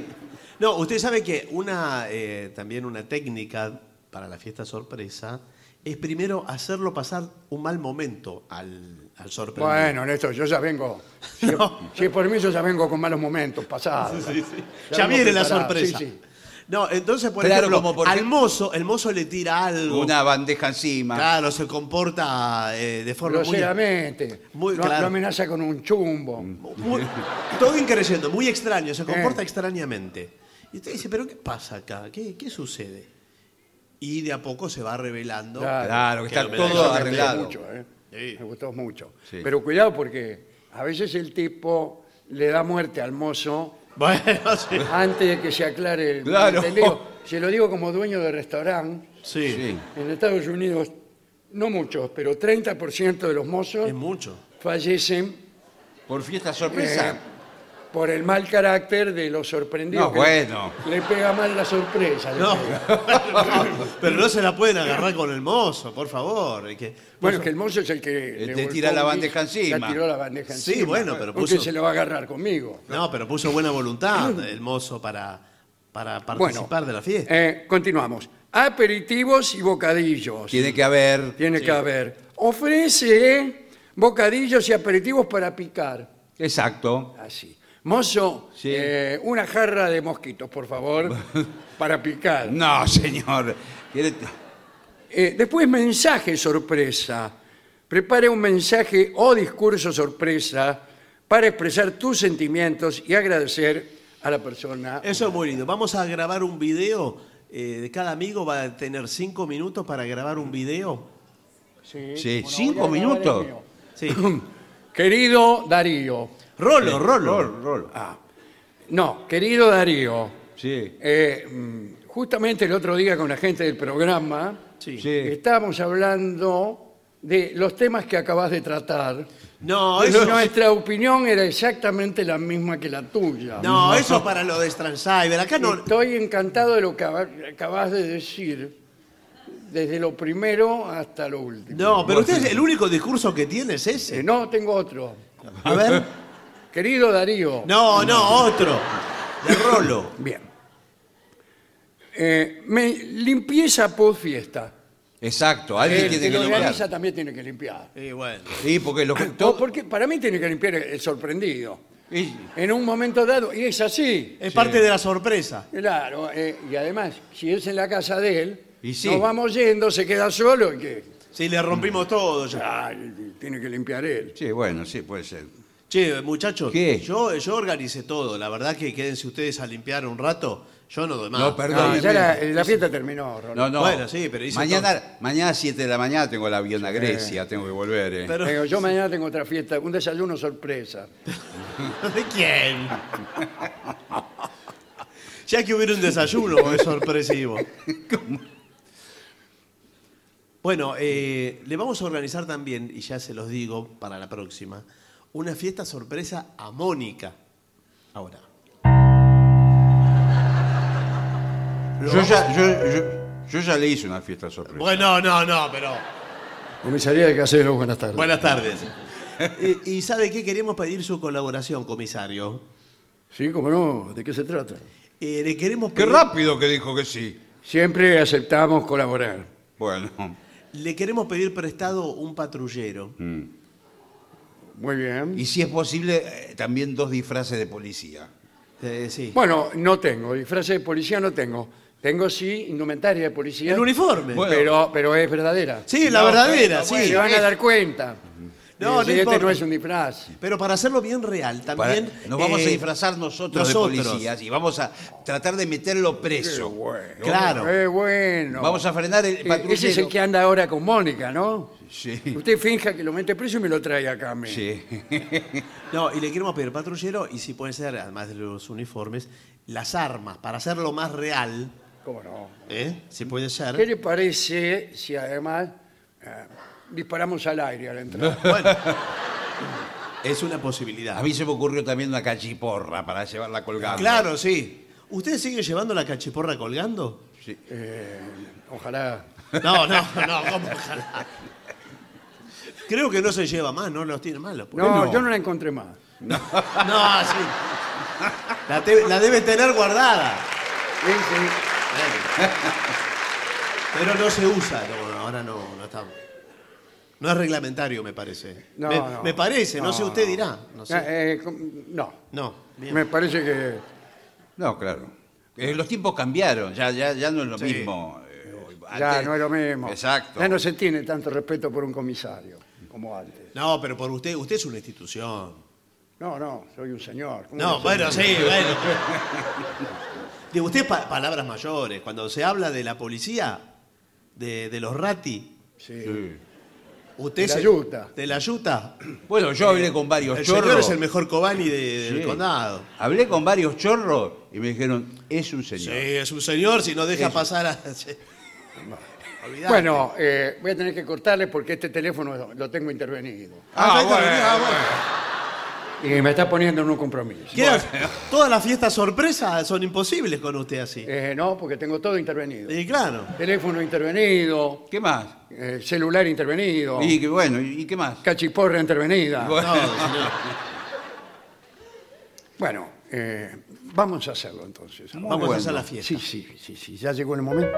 C: No, usted sabe que una, eh, también una técnica para la fiesta sorpresa es primero hacerlo pasar un mal momento al, al sorprendido.
A: bueno, Néstor, yo ya vengo,
C: [laughs]
A: si, si es por mí yo ya vengo con malos momentos pasados.
C: Sí, sí.
A: Ya
C: Ya,
A: hemos
C: viene la
A: preparado,
C: sorpresa.
A: sí, sí.
C: No, entonces, por
B: Claro,
C: ejemplo,
B: como por
C: al
B: ejemplo-
C: mozo, el mozo le tira algo.
B: Una bandeja encima.
C: Claro, se comporta eh, de forma muy,
A: Groseramente,
C: Muy
A: lo,
C: claro.
A: lo amenaza con un chumbo.
C: muy- Todo increyendo, muy extraño, se comporta
A: Eh.
C: extrañamente. Y usted dice, ¿pero qué pasa acá? ¿Qué, qué sucede? Y de a poco se va revelando.
A: Claro.
B: Claro, que está
C: Que lo
B: todo
A: me
B: arreglado.
A: gustó mucho, ¿eh?
C: Sí.
A: Me gustó mucho.
B: Sí.
A: Pero cuidado porque a veces el tipo le da muerte al mozo
C: [laughs] Bueno, sí.
A: antes de que se aclare el
B: Claro.
A: el lío. Se lo digo como dueño de restaurante.
C: Sí.
B: Sí.
A: En Estados Unidos, no muchos, pero 30% de los mozos
C: Em- Es mucho.
A: fallecen
B: Por fiesta sorpresa.
A: eh, por el mal carácter de los sorprendidos.
B: No,
A: que
B: bueno.
A: Le pega mal la sorpresa. le
C: No, [laughs]
A: pega.
C: pero no se la pueden agarrar con el mozo, por favor. es que-
A: Bueno, que el mozo es el que
B: Te
A: volcó
B: tira la
A: un
B: bandeja
A: bis-
B: encima.
A: Le tiró la bandeja
C: Sí,
A: encima.
C: bueno, pero
A: Porque
C: puso-
A: se lo va a agarrar conmigo.
C: no, pero puso buena [coughs] voluntad el mozo para, para participar
A: bueno,
C: de la fiesta.
A: eh, continuamos. Aperitivos y bocadillos.
B: Tiene que haber.
A: Tiene que haber. Ofrece bocadillos y aperitivos para picar.
B: Exacto.
A: Así. Mozo,
B: Sí.
A: eh, una jarra de mosquitos, por favor, para picar.
B: No, señor. Quiere-
A: Eh, después, mensaje sorpresa. Prepare un mensaje o discurso sorpresa para expresar tus sentimientos y agradecer a la persona.
C: Eso es muy lindo. Vamos a grabar un video. eh, de cada amigo va a tener cinco minutos para grabar un video.
B: Sí,
A: voy a
B: cinco
A: grabar el
B: minutos.
A: mío.
C: [coughs] Sí.
A: Querido Darío.
C: Rolo, rolo.
B: Rol, rol.
A: No, querido Darío.
B: Sí.
A: eh, mm, justamente el otro día con la gente del programa
C: Sí.
B: Sí.
A: estábamos hablando de los temas que acabas de tratar.
C: No,
A: Y
C: eso
A: Nuestra opinión era exactamente la misma que la tuya.
C: No, eso es para lo de Stransiber. Acá no.
A: Estoy encantado de lo que acaba- acabas de decir, desde lo primero hasta lo último.
C: No, pero usted el único discurso que tiene es ese.
A: Eh, no, tengo otro.
C: A ver.
A: Querido Darío.
C: No, no, otro. De [laughs] rolo.
A: Bien. Eh, me- limpieza post fiesta.
B: Exacto.
A: El
B: Alguien
A: que
B: tiene que
A: lo organiza
B: limpiar.
A: también tiene que limpiar.
C: Y bueno.
B: Sí, porque
C: [coughs]
B: los.
C: Oh,
A: No, porque para mí tiene que limpiar el sorprendido.
B: Y-
A: En un momento dado, y es así.
C: Es parte de la sorpresa.
A: Claro, eh, y además, si es en la casa de él,
B: Y sí.
A: nos vamos yendo, se queda solo y que
C: Sí, le rompimos todo ya.
A: ay, tiene que limpiar él.
B: Sí, bueno, sí, puede ser.
C: Che, muchachos,
B: ¿Qué?
C: Yo, yo organicé todo. La verdad que quédense ustedes a limpiar un rato. Yo no doy más. Ah,
B: No, perdón.
A: No, ya la, la fiesta terminó, Rolando.
B: No, no.
C: Bueno, sí, pero hice
B: mañana, mañana a 7 de la mañana tengo el avión a Grecia, tengo que volver. eh.
C: Pero-
A: Digo, yo mañana tengo otra fiesta, un desayuno sorpresa.
C: [laughs] ¿De quién? [laughs] ya que hubiera un
B: [laughs]
C: desayuno, es sorpresivo. Bueno, eh, le vamos a organizar también, y ya se los digo para la próxima, una fiesta sorpresa a Mónica. Ahora. Lo
B: Yo,
C: vamos-
B: ya, yo, yo- yo ya le hice una fiesta sorpresa.
C: Bueno, no, no, pero.
A: Comisaría de Caseros, buenas tardes.
C: Buenas
B: [laughs]
C: tardes. Y, y sabe qué? Queremos pedir su colaboración, comisario.
A: Sí, cómo no, ¿de qué se trata?
C: Eh, le queremos
B: Qué
C: pedir,
B: rápido que dijo que sí.
A: Siempre aceptamos colaborar.
B: Bueno,
C: le queremos pedir prestado un patrullero.
B: Mm.
A: Muy bien.
B: y si es posible, eh, también dos disfraces de policía.
C: Eh, sí.
A: Bueno, no tengo, disfraces de policía no tengo. Tengo sí indumentaria de policía.
C: El uniforme.
B: Bueno.
A: Pero, pero es verdadera.
C: sí, la
B: No,
C: verdadera,
B: bueno,
C: sí. Eh,
A: Se van a dar cuenta.
C: No,
A: Eh,
C: no
A: si este
C: importa.
A: no es un disfraz.
C: Pero para hacerlo bien real
B: Para-
C: también.
B: nos vamos
C: eh,
B: a disfrazar nosotros, de
C: nosotros.
B: policías y vamos a tratar de meterlo preso.
C: Claro.
A: Eh, bueno.
B: Vamos a frenar el
A: Eh,
B: patrullero.
A: Ese es el que anda ahora con Mónica, ¿no?
B: Sí,
A: Usted finja que lo mete preso y me lo trae acá a mí.
B: sí. [laughs]
C: No, y le queremos pedir patrullero y si puede ser, además de los uniformes, las armas, para hacerlo más real.
A: ¿Cómo no?
C: ¿eh? Si puede
A: ¿Qué
C: ser.
A: le parece si además eh, disparamos al aire a la entrada?
B: [laughs]
C: Es una posibilidad.
B: A mí se me ocurrió también una cachiporra para llevarla colgada.
C: Claro, sí. ¿Ustedes siguen llevando la cachiporra colgando?
A: Eh, ojalá.
C: No, no, no, ¿cómo? Ojalá. Creo que no se lleva más, no los tiene malos. pues.
A: No, yo no la encontré más.
C: No, sí. La, te- la debe tener guardada.
A: Sí, sí.
C: Pero no se usa, no, ahora no, no está. No es reglamentario, me parece.
A: No,
C: me,
A: no.
C: me parece, no, sé, usted dirá. No sé.
A: Eh, eh, com- no.
C: No, bien.
A: me parece que
B: No, claro. Eh, los tiempos cambiaron, ya, ya, ya no es lo mismo. eh, hoy-
A: ya
B: antes-
A: no es lo mismo.
B: Exacto.
A: Ya no se tiene tanto respeto por un comisario como antes.
C: No, pero por usted, usted es una institución.
A: No, no, soy un señor. ¿Cómo
C: No,
A: que soy?
C: bueno, sí, bueno. Digo, usted pa- palabras mayores. Cuando se habla de la policía, de, de los rati,
A: Sí.
B: Sí.
C: usted
A: De la
C: se-
A: yuta.
C: De la yuta.
B: Bueno, yo hablé con varios
C: El
B: chorros.
C: señor es el mejor Cobani de-
B: Sí.
C: del condado.
B: Hablé con varios chorros y me dijeron, es un
C: Sí,
B: señor.
C: es un señor, si no deja pasar a. [laughs] sí. Olvidate.
A: Bueno, eh, voy a tener que cortarle porque este teléfono lo tengo intervenido.
C: Ah,
B: Ah,
C: ahí está,
B: bueno,
C: vení, ah, bueno.
A: Y me está poniendo en un compromiso.
C: ¿Qué hace? Todas las fiestas sorpresas son imposibles con usted así.
A: Eh, no, porque tengo todo intervenido.
C: Y claro.
A: Teléfono intervenido,
B: ¿Qué más?
A: eh, celular intervenido,
B: Y que bueno, ¿y qué más?
A: cachiporra intervenida. Bueno,
C: No, señor.
A: eh, vamos a hacerlo entonces.
C: Vamos
B: bueno.
C: a hacer la fiesta.
A: Sí, sí, sí, sí, ya llegó el momento.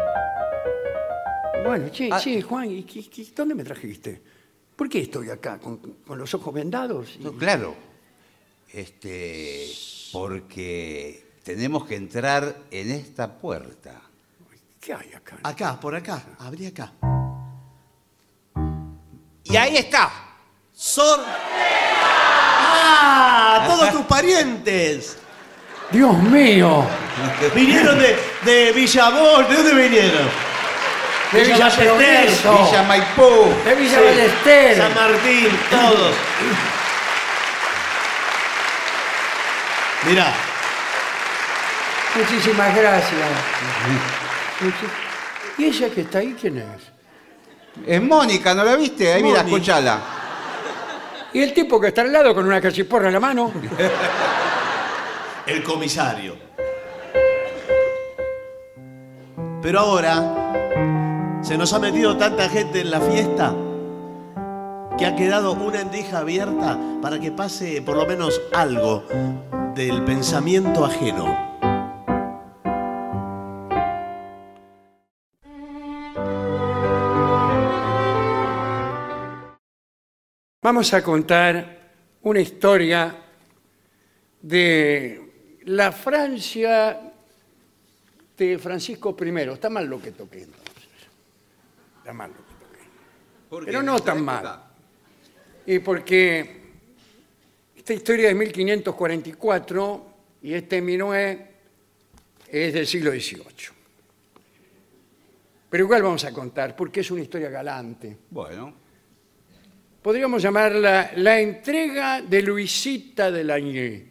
A: Bueno, che, che, Juan, ¿y qué- qué- dónde me trajiste? ¿Por qué estoy acá? ¿Con, con los ojos vendados?
B: No, claro. Este, porque tenemos que entrar en esta puerta.
A: ¿Qué hay acá?
C: Acá, por acá. Abrí acá.
B: Y ahí está.
C: ¡Sor! ¡Ah! Todos tus parientes.
A: ¡Dios mío!
C: Vinieron de, de Villabón. ¿De dónde vinieron?
A: ¡De
C: Villa
A: Villa
C: Ballesteros,
A: Progreso!
B: Villa Maipú.
A: ¡De Villa
C: Sí.
A: Ballesteros!
C: San Martín, todos. Mirá,
A: Muchísimas gracias. Muchi- ¿Y ella que está ahí quién es?
B: Es Mónica, ¿no la viste? Ahí mira,
C: Moni.
B: escuchala.
A: ¿Y el tipo que está al lado con una cachiporra en la mano?
C: el comisario. Pero ahora se nos ha metido tanta gente en la fiesta que ha quedado una endija abierta para que pase por lo menos algo del pensamiento ajeno.
A: Vamos a contar una historia de la Francia de Francisco I. Está mal lo que toqué entonces. Está mal lo que toqué. Pero no tan mal. Y porque esta historia es 1544 y este Minué es del siglo XVIII. Pero igual vamos a contar, porque es una historia galante.
B: Bueno,
A: Podríamos llamarla la entrega de Luisita de Lañé.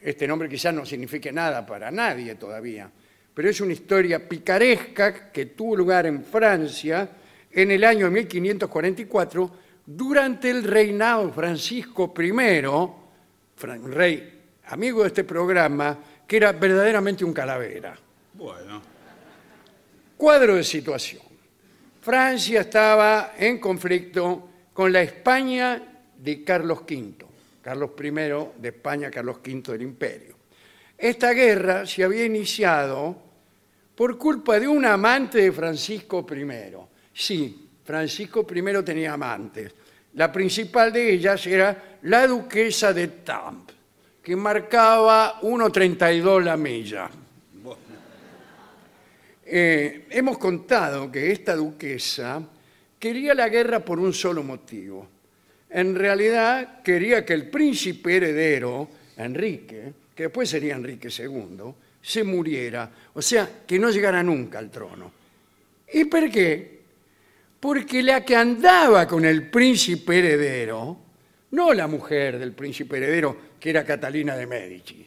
A: Este nombre quizás no signifique nada para nadie todavía, pero es una historia picaresca que tuvo lugar en Francia en el año 1544 durante el reinado Francisco I, fran- rey amigo de este programa, que era verdaderamente un calavera
B: bueno.
A: cuadro de situación. Francia estaba en conflicto con la España de Carlos V, Carlos I de España, Carlos V del Imperio. Esta guerra se había iniciado por culpa de un amante de Francisco I. Sí, Francisco I tenía amantes. La principal de ellas era la duquesa de Tamp, que marcaba 1.32 la milla. Eh, hemos contado que esta duquesa quería la guerra por un solo motivo. En realidad quería que el príncipe heredero, Enrique, que después sería Enrique II, se muriera, o sea, que no llegara nunca al trono. ¿Y por qué? Porque la que andaba con el príncipe heredero, no la mujer del príncipe heredero, que era Catalina de Médicis,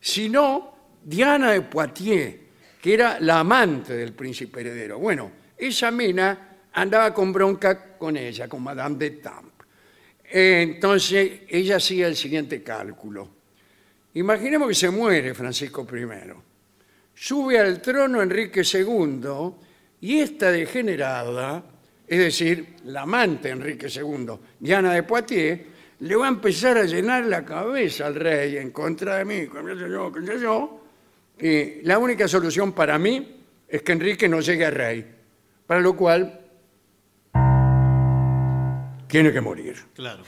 A: sino Diana de Poitiers, que era la amante del príncipe heredero. Bueno, esa mina andaba con bronca con ella, con Madame de Tamp. Entonces, ella hacía el siguiente cálculo. Imaginemos que se muere Francisco I sube al trono Enrique II y esta degenerada, es decir, la amante de Enrique II, Diana de Poitiers, le va a empezar a llenar la cabeza al rey en contra de mí, qué sé yo, qué sé yo. Y la única solución para mí es que Enrique no llegue a rey, para lo cual tiene que morir.
C: Claro.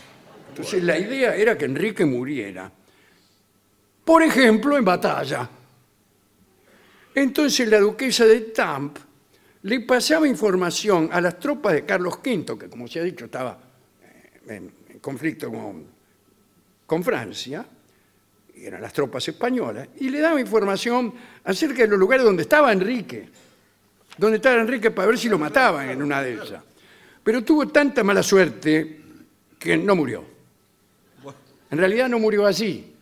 A: Entonces la idea era que Enrique muriera. Por ejemplo, en batalla. Entonces la duquesa de Tamp le pasaba información a las tropas de Carlos V, que como se ha dicho estaba eh, en en conflicto con, con Francia, y eran las tropas españolas, y le daba información acerca de los lugares donde estaba Enrique donde estaba Enrique para ver si lo mataban en una de ellas. Pero tuvo tanta mala suerte que no murió. En realidad no murió allí.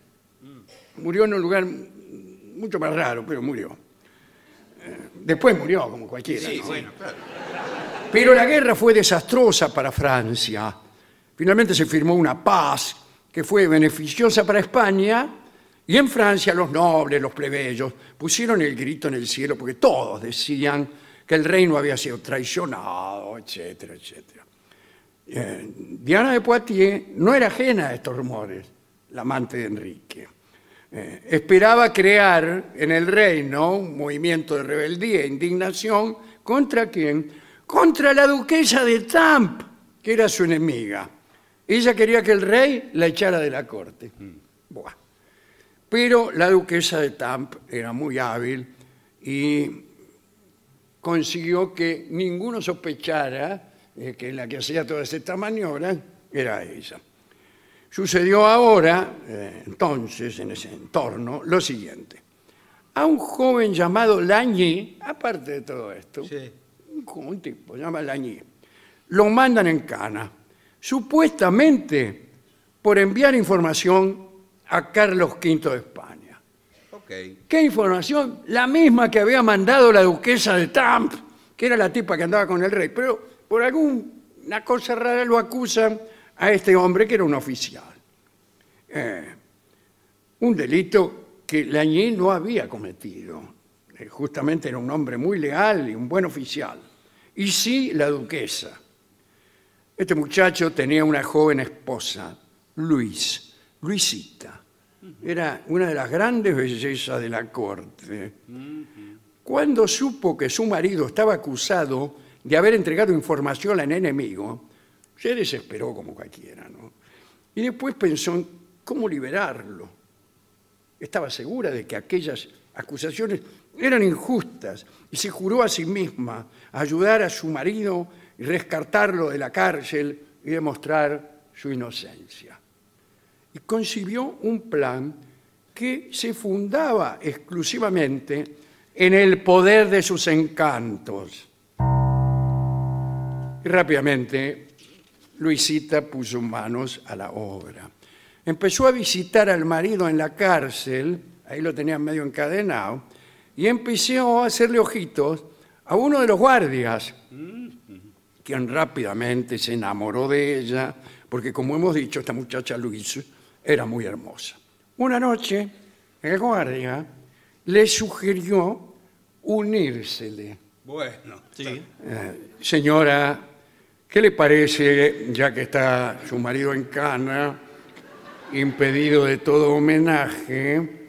A: Murió en un lugar mucho más raro, pero murió. Eh, Después murió, como cualquiera. ¿no? Pero la guerra fue desastrosa para Francia. Finalmente se firmó una paz que fue beneficiosa para España y en Francia los nobles, los plebeyos, pusieron el grito en el cielo porque todos decían que el reino había sido traicionado, etcétera, etcétera. Eh, Diana de Poitiers no era ajena a estos rumores, la amante de Enrique. Eh, esperaba crear en el reino un movimiento de rebeldía e indignación contra quién? Contra la duquesa de Tamp, que era su enemiga. Ella quería que el rey la echara de la corte. Buah. Pero la duquesa de Tamp era muy hábil y consiguió que ninguno sospechara eh, que la que hacía todas estas maniobras era ella. Sucedió ahora, eh, entonces, en ese entorno, lo siguiente. A un joven llamado Lañi, aparte de todo esto,
C: Sí.
A: un, jo- un tipo, se llama Lañi, lo mandan en cana, supuestamente por enviar información a Carlos V de España.
B: Ok.
A: ¿Qué información? La misma que había mandado la duquesa de Trump, que era la tipa que andaba con el rey. Pero por alguna cosa rara lo acusan a este hombre que era un oficial. Eh, un delito que Lagny no había cometido. Eh, justamente era un hombre muy leal y un buen oficial. Y sí, la duquesa. Este muchacho tenía una joven esposa, Luis, Luisita. Era una de las grandes bellezas de la corte. Cuando supo que su marido estaba acusado de haber entregado información al enemigo, se desesperó como cualquiera, ¿no? Y después pensó en cómo liberarlo. Estaba segura de que aquellas acusaciones eran injustas y se juró a sí misma a ayudar a su marido y rescatarlo de la cárcel y demostrar su inocencia y concibió un plan que se fundaba exclusivamente en el poder de sus encantos. Y rápidamente, Luisita puso manos a la obra. Empezó a visitar al marido en la cárcel, ahí lo tenían medio encadenado, y empezó a hacerle ojitos a uno de los guardias quien rápidamente se enamoró de ella, porque como hemos dicho, esta muchacha Luis era muy hermosa. Una noche, el guardia le sugirió unírsele.
B: Bueno.
C: Sí.
A: Eh, señora, ¿qué le parece, ya que está su marido en cana, impedido de todo homenaje,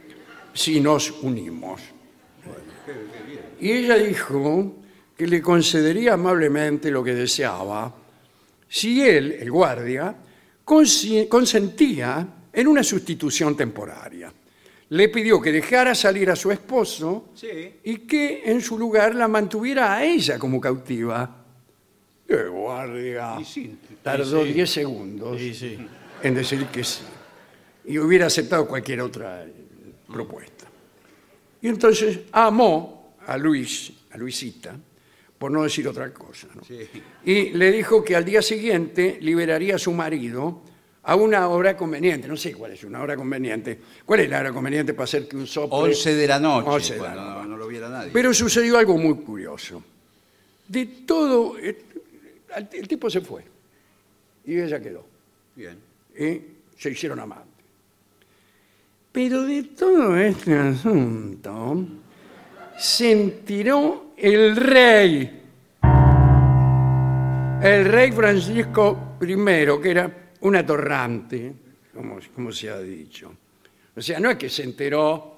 A: si nos unimos? Y ella dijo que le concedería amablemente lo que deseaba si él, el guardia, consi- consentía en una sustitución temporaria. Le pidió que dejara salir a su esposo
B: Sí.
A: y que en su lugar la mantuviera a ella como cautiva. ¡Qué guardia!
B: Y sí.
A: Tardó 10 segundos
C: Sí, sí.
A: en decir que sí. Y hubiera aceptado cualquier otra eh, propuesta. Y entonces amó a Luis, a Luisita, por no decir otra cosa. ¿no? Y le dijo que al día siguiente liberaría a su marido a una hora conveniente. No sé cuál es una hora conveniente. ¿Cuál es la hora conveniente para hacer que un soplo?
B: 11 de la noche.
A: 11 de la
B: cuando
A: noche.
B: No, no lo viera nadie.
A: Pero sucedió algo muy curioso. De todo, eh, al- el tipo se fue y ella quedó.
B: Bien.
A: y se hicieron amantes. Pero de todo este asunto se enteró el rey, el rey Francisco I, que era un atorrante, como, como se ha dicho. O sea, no es que se enteró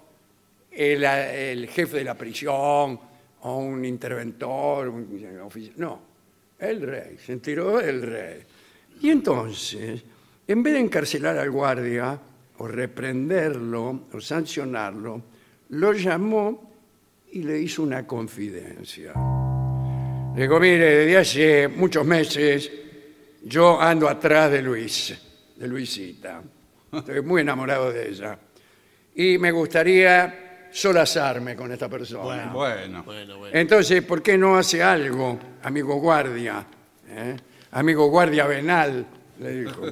A: el, el jefe de la prisión o un interventor, un oficial, no, el rey, se enteró el rey. Y entonces, en vez de encarcelar al guardia o reprenderlo o sancionarlo, lo llamó y le hizo una confidencia. Le digo, mire, desde hace muchos meses yo ando atrás de Luis, de Luisita. Estoy muy enamorado de ella. Y me gustaría solazarme con esta persona.
C: Bueno,
B: Bueno.
C: bueno.
A: Entonces, ¿por qué no hace algo, amigo guardia? ¿Eh? Amigo guardia venal, le dijo.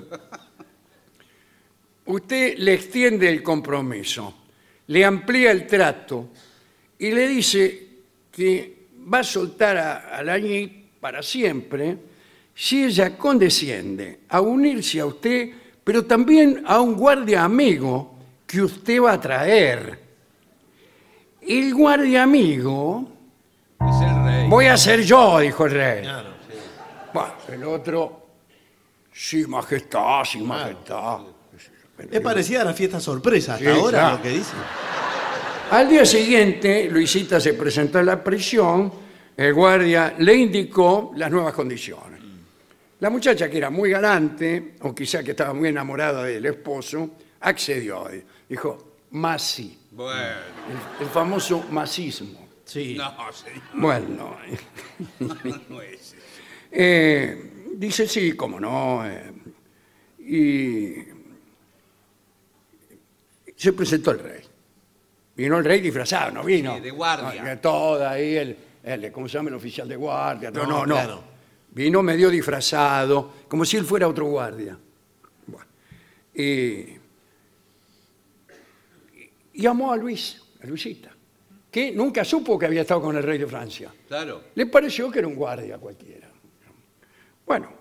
A: Usted le extiende el compromiso, le amplía el trato y le dice que va a soltar a, a Lañi para siempre si ella condesciende a unirse a usted, pero también a un guardia amigo que usted va a traer. El guardia amigo
B: Es el rey.
A: voy a ser yo, dijo el rey. Bueno, el otro, sí, majestad, sí, majestad.
C: Es parecida a la fiesta sorpresa hasta
A: Sí,
C: ahora
A: claro.
C: lo que dicen.
A: Al día siguiente, Luisita se presentó en la prisión, el guardia le indicó las nuevas condiciones. La muchacha, que era muy galante, o quizá que estaba muy enamorada del esposo, accedió. Dijo, más sí,
B: Bueno,
A: el, el famoso masismo.
C: Sí.
B: no, señor,
A: Bueno,
B: no es. eso.
A: eh, dice sí, cómo no. eh, y se presentó el rey. Vino el rey disfrazado, no vino.
B: Sí, de guardia.
A: No, que todo ahí, el, el- ¿cómo se llama? El oficial de guardia. No,
C: No,
A: no, no.
C: claro.
A: Vino medio disfrazado, como si él fuera otro guardia. Bueno, y, y llamó a Luis, a Luisita, que nunca supo que había estado con el rey de Francia. [laughs]
B: Claro.
A: Le pareció que era un guardia cualquiera. Bueno,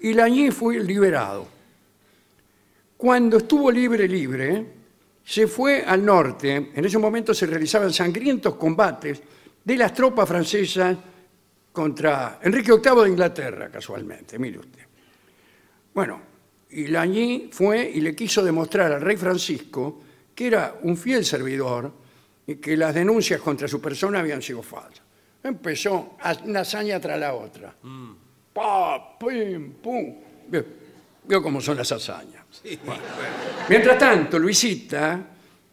A: y Lagny fue liberado. Cuando estuvo libre, libre, se fue al norte. En ese momento se realizaban sangrientos combates de las tropas francesas contra Enrique VIII de Inglaterra, casualmente, mire usted. Bueno, y Lagny fue y le quiso demostrar al rey Francisco que era un fiel servidor y que las denuncias contra su persona habían sido falsas. Empezó a- una hazaña tras la otra. Pa, pim, pum. Vio, vio cómo son las hazañas. Bueno. Mientras tanto, Luisita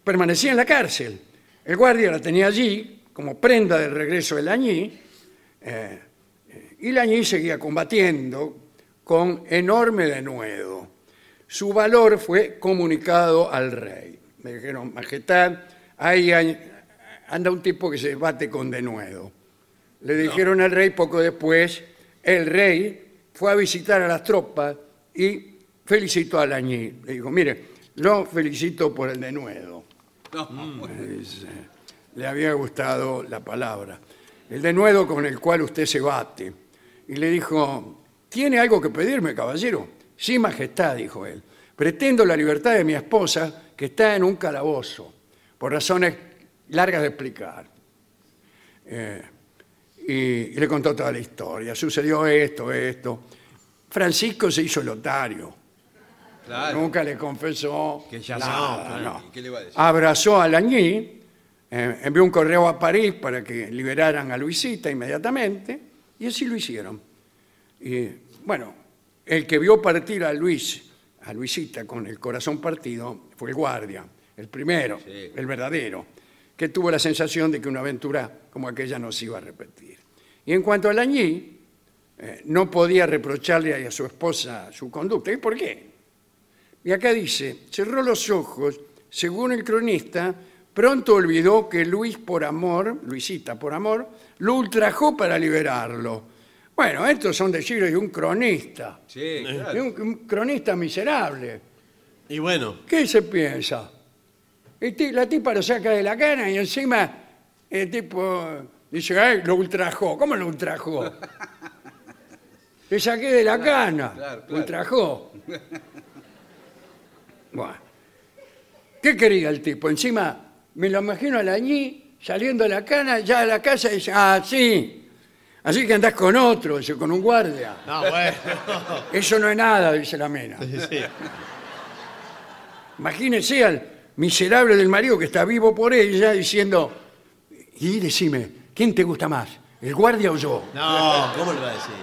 A: permanecía en la cárcel. El guardia la tenía allí como prenda del regreso de Lagny y Lagny seguía combatiendo con enorme denuedo. Su valor fue comunicado al rey. Me dijeron, majestad, ahí hay- anda un tipo que se bate con denuedo. Le dijeron al rey poco después, el rey fue a visitar a las tropas y felicitó a Lagny. Le dijo, mire, lo felicito por el denuedo
B: No,
A: Mm.
B: bueno.
A: le había gustado la palabra, el denuedo con el cual usted se bate. Y le dijo, ¿tiene algo que pedirme, caballero? Sí, majestad, dijo él. Pretendo la libertad de mi esposa, que está en un calabozo, por razones largas de explicar. Eh, y, y le contó toda la historia. Sucedió esto, esto. Francisco se hizo lotario.
B: claro.
A: Nunca le confesó
D: Que ya
A: nada,
D: sabe,
A: no.
B: ¿qué le va a decir?
A: Abrazó a Lagny, eh, envió un correo a París para que liberaran a Luisita inmediatamente, y así lo hicieron. Y, bueno, el que vio partir a Luis, a Luisita con el corazón partido, fue el guardia, el primero,
B: Sí.
A: el verdadero, que tuvo la sensación de que una aventura como aquella no se iba a repetir. Y en cuanto a Lagny, eh, no podía reprocharle a su esposa su conducta. ¿Y por qué? Y acá dice, cerró los ojos, según el cronista, pronto olvidó que Luis por amor, Luisita por amor, lo ultrajó para liberarlo. Bueno, estos son decirles de un cronista,
B: Sí,
A: de
B: claro.
A: un, un cronista miserable.
C: Y bueno,
A: ¿Qué se piensa? El ti- la tipa lo saca de la cana y encima el tipo dice, ay, lo ultrajó. ¿Cómo lo
B: [laughs]
A: ultrajó? Te saqué de la cana.
B: claro,
A: Lo
B: claro. [laughs]
A: ultrajó. Bueno. ¿Qué quería el tipo? Encima, me lo imagino a la ñi saliendo de la cana, ya a la casa y dice, ah, sí. Así que andás con otro, dice, con un guardia.
C: no, bueno. [laughs]
A: Eso no es nada, dice la mena.
C: Sí.
A: Imagínese al miserable del marido que está vivo por ella diciendo, y decime, ¿quién te gusta más? ¿El guardia o yo?
C: No, ¿cómo le va a decir?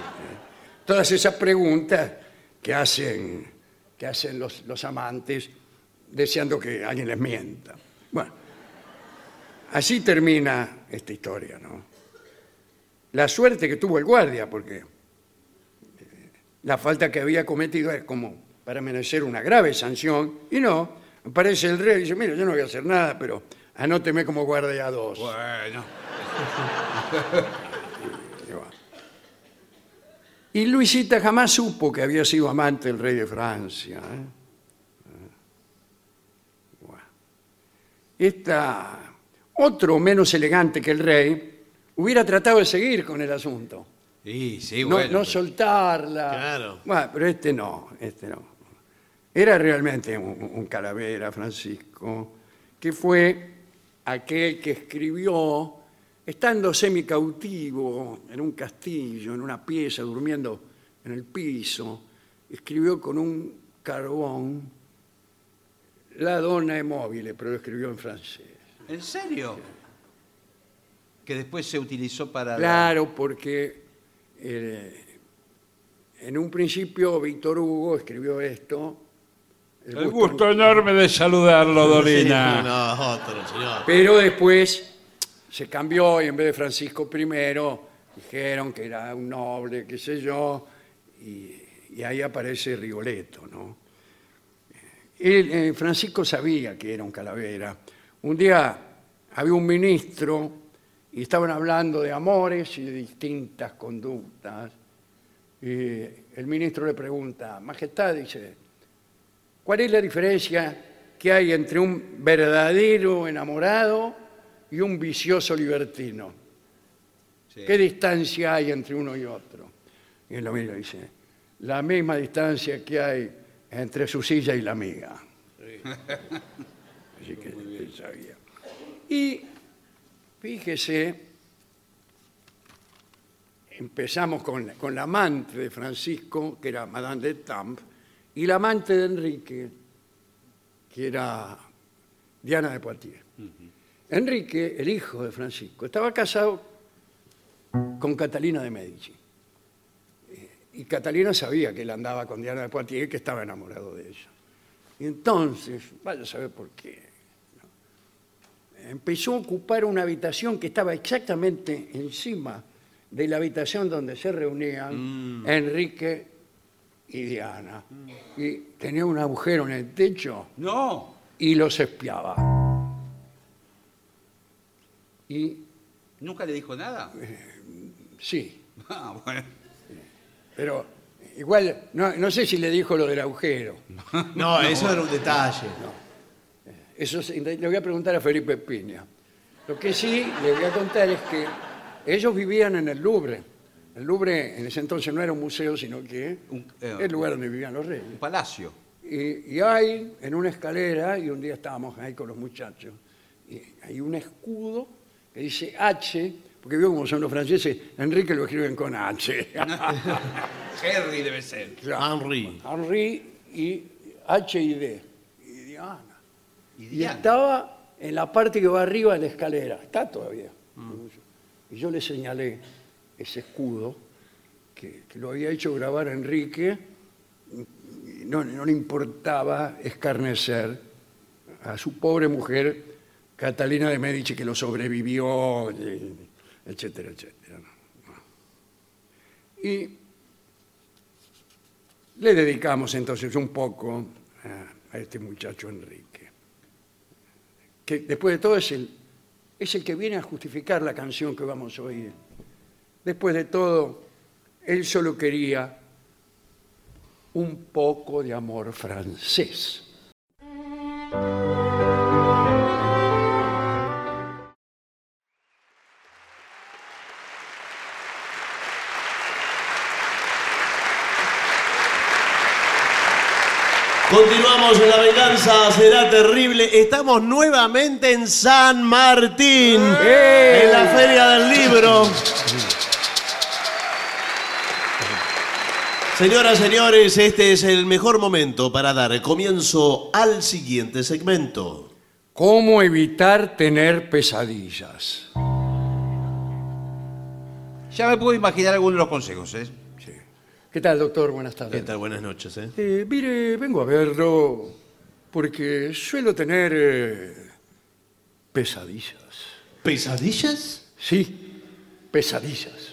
A: Todas esas preguntas que hacen, que hacen los, los amantes deseando que alguien les mienta. Bueno, así termina esta historia, ¿no? La suerte que tuvo el guardia, porque eh, la falta que había cometido es como para merecer una grave sanción, y no, aparece el rey y dice, mira, yo no voy a hacer nada, pero anóteme como guardia a dos.
B: Bueno.
A: Ahí va. Y Luisita jamás supo que había sido amante del rey de Francia. ¿eh? Bueno. Esta, otro menos elegante que el rey, hubiera tratado de seguir con el asunto.
C: Sí, sí,
A: no,
C: bueno.
A: no soltarla.
C: Claro.
A: Bueno, pero este no, este no. Era realmente un, un calavera, Francisco, que fue aquel que escribió, estando semicautivo en un castillo, en una pieza, durmiendo en el piso, escribió con un carbón la donna è mobile, pero lo escribió en francés.
B: ¿En serio? Que después se utilizó para... la-
A: Claro, porque eh, en un principio Víctor Hugo escribió esto. el
E: El
A: gusto-
E: gusto enorme de saludarlo, Dorina.
C: No, es otro, señor.
A: Pero después se cambió y en vez de Francisco I dijeron que era un noble, qué sé yo, y, y ahí aparece Rigoletto, ¿no? Él, eh, Francisco sabía que era un calavera. Un día había un ministro y estaban hablando de amores y de distintas conductas. Y el ministro le pregunta, Majestad, dice, ¿Cuál es la diferencia que hay entre un verdadero enamorado y un vicioso libertino? ¿Qué distancia hay entre uno y otro? Y él lo mira y dice, la misma distancia que hay entre su silla y la amiga. [laughs] Así que él sabía. Y fíjese, empezamos con, la- con la amante de Francisco, que era Madame de Tamp, y la amante de Enrique, que era Diana de Poitiers. Enrique, el hijo de Francisco, estaba casado con Catalina de Medici. Eh, Y Catalina sabía que él andaba con Diana de Poitiers, que estaba enamorado de ella. Y entonces, vaya a saber por qué. ¿no? Empezó a ocupar una habitación que estaba exactamente encima de la habitación donde se reunían Enrique y Diana. Y tenía un agujero en el techo
B: No.
A: y los espiaba. Y
B: ¿Nunca le dijo
A: [laughs]
B: nada?
A: sí,
B: Ah, bueno.
A: pero igual, no, no sé si le dijo lo del agujero.
C: No, eso era un detalle.
A: Eso sí, le voy a preguntar a Felipe Piña. Lo que sí le voy a contar es que ellos vivían en el Louvre. El Louvre en ese entonces no era un museo, sino que
B: Un- eh,
A: el lugar donde vivían los reyes.
B: Un palacio.
A: Y, y hay en una escalera, y un día estábamos ahí con los muchachos, y hay un escudo que dice H, porque vio como son los franceses, Enrique lo escriben con H.
B: [laughs] Henry debe ser.
C: Henry.
A: Henri y H y D. Y ah, Diana.
B: Y
A: Y
B: Diana.
A: estaba en la parte que va arriba de la escalera. Está todavía.
B: Mm.
A: Y yo le señalé ese escudo que, que lo había hecho grabar Enrique. y No, no le importaba escarnecer a su pobre mujer, Catalina de Medici, que lo sobrevivió, y- etcétera, etcétera. ¿no? Y le dedicamos entonces un poco a, a este muchacho Enrique que después de todo es el, es el que viene a justificar la canción que vamos a oír. Después de todo, él solo quería un poco de amor francés.
C: Continuamos en la venganza, será terrible. Estamos nuevamente en San Martín,
A: ¡Eh!
C: en la Feria del Libro. Señoras, señores, este es el mejor momento para dar comienzo al siguiente segmento.
A: ¿Cómo evitar tener pesadillas?
B: Ya me puedo imaginar algunos de los consejos, ¿eh?
A: ¿Qué tal, doctor? Buenas tardes.
C: ¿Qué tal? Buenas noches, ¿eh?
A: Eh, mire, vengo a verlo porque suelo tener eh, pesadillas.
C: ¿Pesadillas?
A: Sí, pesadillas.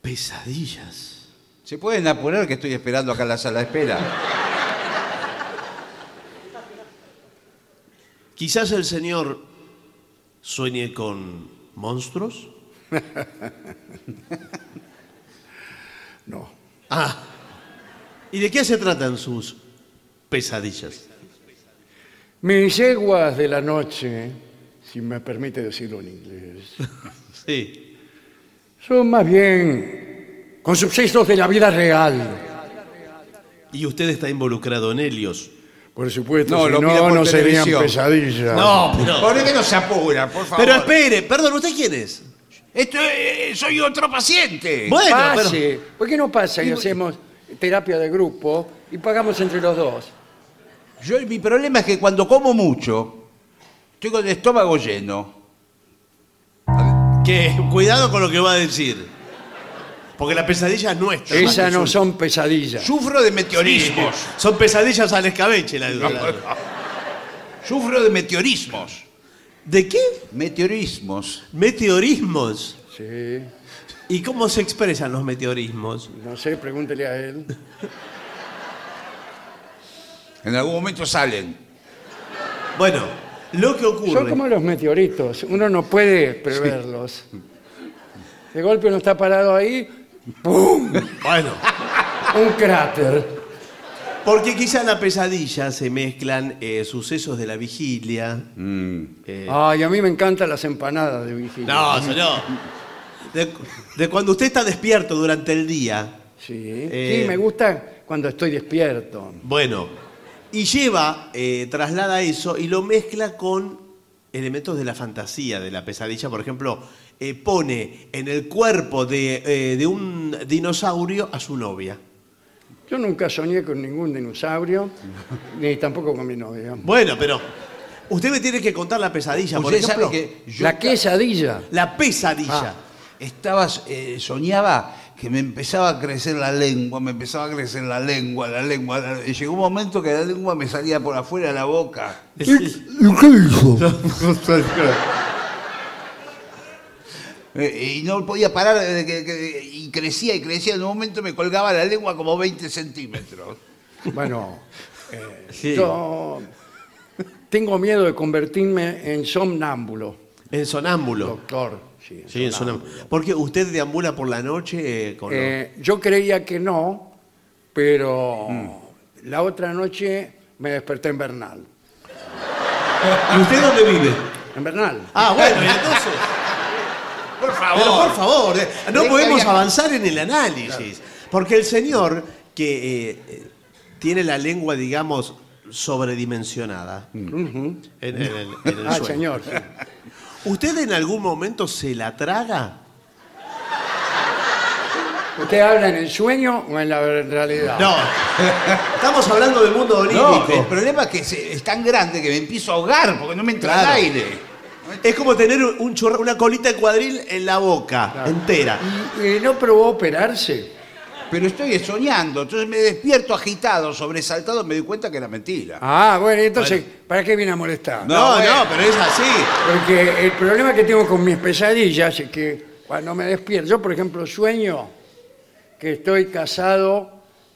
C: Pesadillas.
B: ¿Se pueden apurar que estoy esperando acá en la sala de espera?
C: Quizás el señor sueñe con monstruos.
A: [laughs] No.
C: Ah. ¿Y de qué se tratan sus pesadillas?
A: Mis yeguas de la noche, si me permite decirlo en inglés,
C: Sí.
A: son más bien con subsistos de la vida real.
C: Y usted está involucrado en Helios.
A: Por supuesto,
B: No,
A: si
B: lo mira
A: no,
B: por
A: no serían
B: televisión.
A: pesadillas.
C: pero-
B: ¿Por qué no se apura, por favor?
C: Pero espere, perdón, ¿usted quién es?
B: Esto es- soy otro paciente.
C: Bueno, pero-
A: Pase. ¿Por qué no pasa y hacemos terapia de grupo y pagamos entre los dos?
B: Yo, mi problema es que cuando como mucho, estoy con el estómago lleno.
C: que cuidado con lo que va a decir. Porque la pesadilla es nuestra. más
A: Esas
C: que
A: no
C: suya.
A: son pesadillas.
B: Sufro de meteorismos.
C: Son pesadillas al escabeche. la- la-
B: Sufro de meteorismos.
C: ¿De qué?
B: Meteorismos.
C: Meteorismos.
A: Sí,
C: ¿Y cómo se expresan los meteorismos?
A: no sé, pregúntele a él.
B: En algún momento salen.
C: Bueno, lo que
A: Son
C: ocurre.
A: como los meteoritos, uno no puede preverlos. De golpe uno está parado ahí, ¡pum!
C: Bueno,
A: Un cráter.
C: porque quizá en la pesadilla se mezclan eh, sucesos de la vigilia. eh,
A: Ay, a mí me encantan las empanadas de vigilia.
C: no, señor. De, de cuando usted está despierto durante el día.
A: Sí.
C: Eh.
A: sí, me gusta cuando estoy despierto.
C: Bueno, y lleva, eh, traslada eso y lo mezcla con elementos de la fantasía, de la pesadilla. Por ejemplo, eh, pone en el cuerpo de, eh, de un dinosaurio a su novia.
A: Yo nunca soñé con ningún dinosaurio, ni tampoco con mi novia.
C: Bueno, pero usted me tiene que contar la pesadilla, por
B: Usted sabe
C: ejemplo.
B: que Ah, yo
A: La
C: [laughs]
A: quesadilla.
C: La pesadilla.
B: estaba, eh, soñaba que me empezaba a crecer la lengua, me empezaba a crecer la lengua, la lengua. la- y llegó un momento que la lengua me salía por afuera de la boca.
C: [laughs]
B: Eh, y no podía parar, eh, que- que- y crecía y crecía. En un momento me colgaba la lengua como 20 centímetros.
A: Bueno, eh,
C: Sí.
A: yo tengo miedo de convertirme en somnámbulo,
C: En sonámbulo.
A: doctor. Sí,
C: Sí, en sonámbulo. Porque usted deambula por la noche eh, con...
A: Eh, yo creía que no, pero
C: Mm.
A: la otra noche me desperté en Bernal.
C: ¿Y usted dónde vive?
A: En Bernal.
C: Ah, bueno,
A: [laughs]
C: y entonces...
B: Por
C: Pero por favor, eh, no
B: Venga,
C: podemos
B: había-
C: avanzar en el análisis. Porque el señor que eh, eh, tiene la lengua, digamos, sobredimensionada
A: Ujú.
C: en, en el, en el
A: Ah,
C: sueño.
A: señor.
C: [laughs]
A: sí.
C: ¿Usted en algún momento se la traga?
A: ¿Usted habla en el sueño o en la realidad?
C: No. Estamos hablando del mundo
B: No,
C: onírico.
B: el problema es que se- es tan grande que me empiezo a ahogar porque no me entra
C: Claro.
B: el aire.
C: es como tener un chorro- una colita de cuadril en la boca,
A: Claro.
C: entera.
A: ¿Y, y no probó operarse?
B: Pero estoy soñando, entonces me despierto agitado, sobresaltado, me doy cuenta que era mentira.
A: Ah, bueno, entonces, ¿para qué viene a molestar?
B: No,
C: No, no,
B: bueno.
C: pero es así.
A: Porque el problema que tengo con mis pesadillas es que cuando me despierto, yo por ejemplo sueño que estoy casado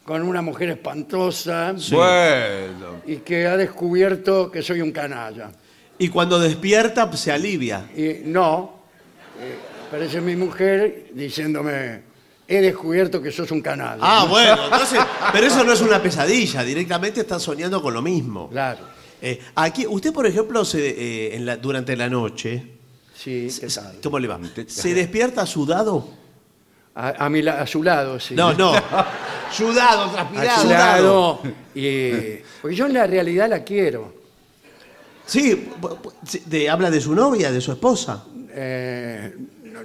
A: con una mujer espantosa
B: Bueno.
A: y que ha descubierto que soy un canalla.
C: Y cuando despierta, se alivia.
A: Y no, eh, parece mi mujer diciéndome, he descubierto que sos un canalla.
C: Ah, bueno, entonces. Pero eso no es una pesadilla, directamente está soñando con lo mismo.
A: Claro,
C: Eh, aquí, usted, por ejemplo, se, eh, en la- durante la noche.
A: sí, ¿qué tal?
C: ¿Cómo le va? ¿Se despierta sudado?
A: A, a mi la- a su lado, sí.
C: No,
A: [laughs]
C: no.
B: Sudado,
A: A
B: transpirado.
A: su
C: Sudado.
A: lado. Y, porque yo en la realidad la quiero.
C: Sí, bu- bu- sí, de- habla de su novia, de su esposa.
A: Eh, no-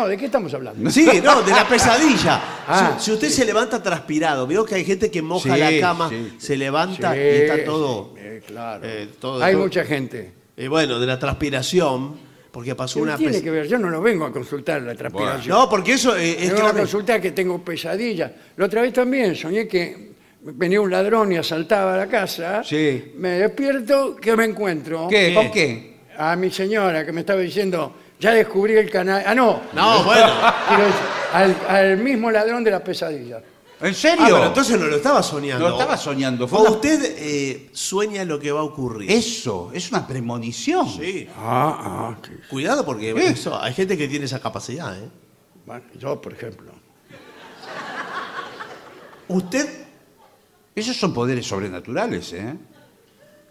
A: no, ¿de qué estamos hablando?
C: Sí, no, de la pesadilla.
A: [laughs] Ah,
C: si, si usted se levanta transpirado, veo que hay gente que moja
B: Sí,
C: la cama,
B: sí.
C: se levanta
A: Sí,
C: y está todo.
A: sí, eh, claro.
C: eh, todo-
A: Hay
C: todo-
A: mucha gente.
C: eh, bueno, de la transpiración, porque pasó
A: ¿Qué
C: una
A: tiene
C: pes-
A: que ver? Yo no lo vengo a consultar la transpiración.
C: No, porque eso eh, es
A: vengo a
C: clave.
A: consultar que tengo pesadillas. La otra vez también soñé que venía un ladrón y asaltaba la casa.
B: Sí.
A: Me despierto, ¿qué me encuentro?
B: ¿Qué? ¿Con qué?
A: A mi señora que me estaba diciendo, ya descubrí el canal. Ah, no. [laughs]
C: No, bueno.
A: Quiero decir, al, al mismo ladrón de las pesadillas.
B: ¿En
C: Ah,
B: serio?
C: pero entonces no lo estaba soñando.
B: No lo estaba soñando, fue
C: O
B: una-
C: usted eh, sueña lo que va a ocurrir.
B: Eso, es una premonición.
C: Sí.
A: Ah, ah, qué-
C: Cuidado porque
B: ¿Eh?
C: eso, hay gente que tiene esa capacidad. ¿eh?
A: bueno, yo, por ejemplo.
C: Usted,
B: Esos son poderes sobrenaturales, ¿eh?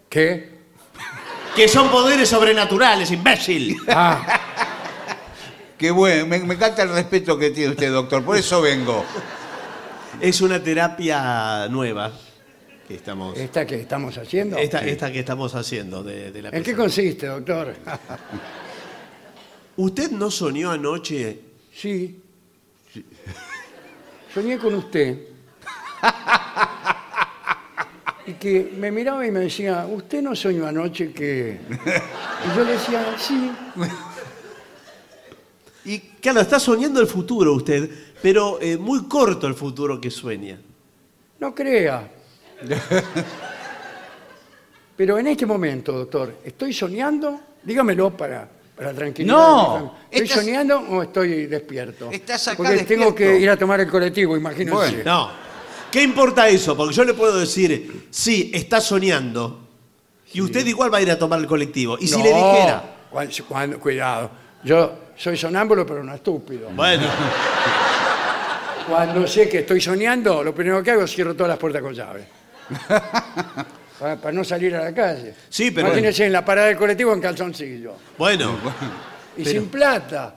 A: ¿Qué?
B: [laughs]
C: que son poderes sobrenaturales, imbécil.
A: Ah,
B: Qué bueno, me, me encanta el respeto que tiene usted, doctor, por eso vengo.
C: Es una terapia nueva que estamos.
A: ¿Esta que estamos haciendo?
C: Esta, esta que estamos haciendo de, de la
A: ¿En qué
C: persona.
A: consiste,
C: [laughs]
A: doctor?
C: ¿Usted no soñó anoche?
A: Sí. Soñé con
C: [laughs]
A: usted. Y que me miraba y me decía, ¿usted no soñó anoche que...? Y yo le decía, sí.
C: Y claro, está soñando el futuro usted, pero eh, muy corto el futuro que sueña.
A: No crea. Pero en este momento, doctor, ¿estoy soñando? Dígamelo para, para tranquilidad.
B: No,
A: de mi familia. ¿Estoy
B: estás-
A: soñando o estoy despierto?
B: Estás acá
A: Porque tengo
B: despierto.
A: que ir a tomar el colectivo, imagínense.
B: Bueno.
C: No. ¿Qué importa eso? Porque yo le puedo decir, sí, está soñando. Y usted igual va a ir a tomar el colectivo. Y si
A: No,
C: le dijera,
A: cuan- cuando- cuidado. Yo soy sonámbulo, pero no estúpido.
C: bueno,
A: Cuando sé que estoy soñando, lo primero que hago es cierro todas las puertas con
B: [laughs]
A: llave. para, para no salir a la calle.
C: Sí, pero-
A: Imagínense en la parada del colectivo en calzoncillo.
B: [laughs]
C: bueno.
A: Y
C: Pero-
A: sin plata.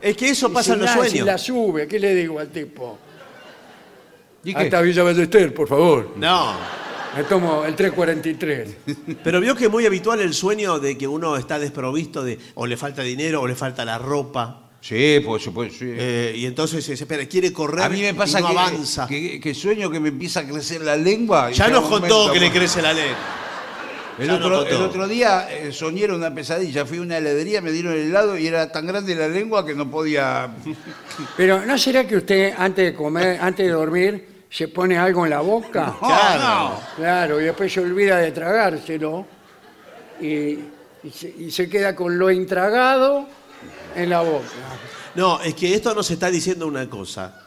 C: Es que eso
A: Y
C: pasa
A: si
C: en los
A: la- si
C: sueños.
A: la sube, ¿qué le digo al tipo?
B: ¿Y qué?
A: Hasta Villa Ballester, por favor.
C: No.
A: Me tomo el
C: [laughs]
A: 343.
C: Pero vio que es muy habitual el sueño de que uno está desprovisto de o le falta dinero o le falta la ropa.
B: Sí, por supuesto, sí.
C: eh, y entonces se espera, quiere correr
B: a mí me pasa
C: y no
B: que,
C: avanza.
B: que- que sueño que me empieza a crecer la lengua. y
C: ya
B: que
C: nos
B: un
C: contó
B: momento-
C: que le crece la ley.
B: El
C: ya nos
B: otro,
C: contó.
B: el otro día eh, soñé era una pesadilla, fui a una heladería, me dieron el helado y era tan grande la lengua que no
C: [laughs]
B: podía...
A: Pero ¿no será que usted antes de comer, antes de dormir, se pone algo en la boca?
C: Claro.
A: Claro, y después se olvida de tragárselo y, y se, y se queda con lo intragado en la boca.
C: No, es que esto nos está diciendo una cosa.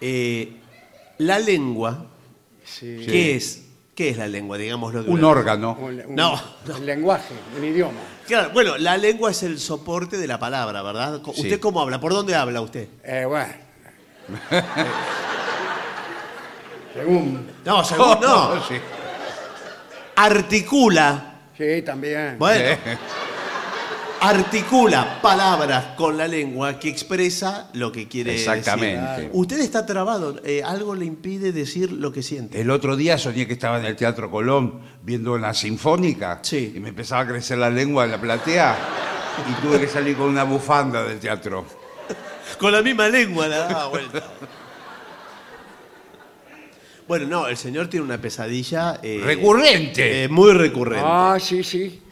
C: Eh, la lengua, ¿qué es? ¿Qué es la lengua? Digámoslo de
B: Un
C: una-
B: órgano.
A: Un- un-
C: No,
A: El lenguaje, el idioma.
C: Claro, bueno, la lengua es el soporte de la palabra, ¿verdad? Co-
B: Sí.
C: ¿Usted cómo habla? ¿Por dónde habla usted?
A: Eh, bueno.
C: [laughs]
A: Eh, Según.
C: No, según Oh, no.
B: [laughs] Sí.
C: Articula.
A: Sí, también.
C: Bueno, articula palabras con la lengua que expresa lo que quiere
B: Exactamente.
C: decir. Usted está trabado, eh, algo le impide decir lo que siente.
B: El otro día soñé que estaba en el Teatro Colón viendo la Sinfónica
C: Sí.
B: y me empezaba a crecer la lengua en la platea y tuve que salir con una bufanda del teatro.
C: Con la misma lengua la daba vuelta. Bueno, no, el señor tiene una pesadilla. eh,
B: ¡Recurrente!
C: eh, muy recurrente.
A: Ah, sí, sí.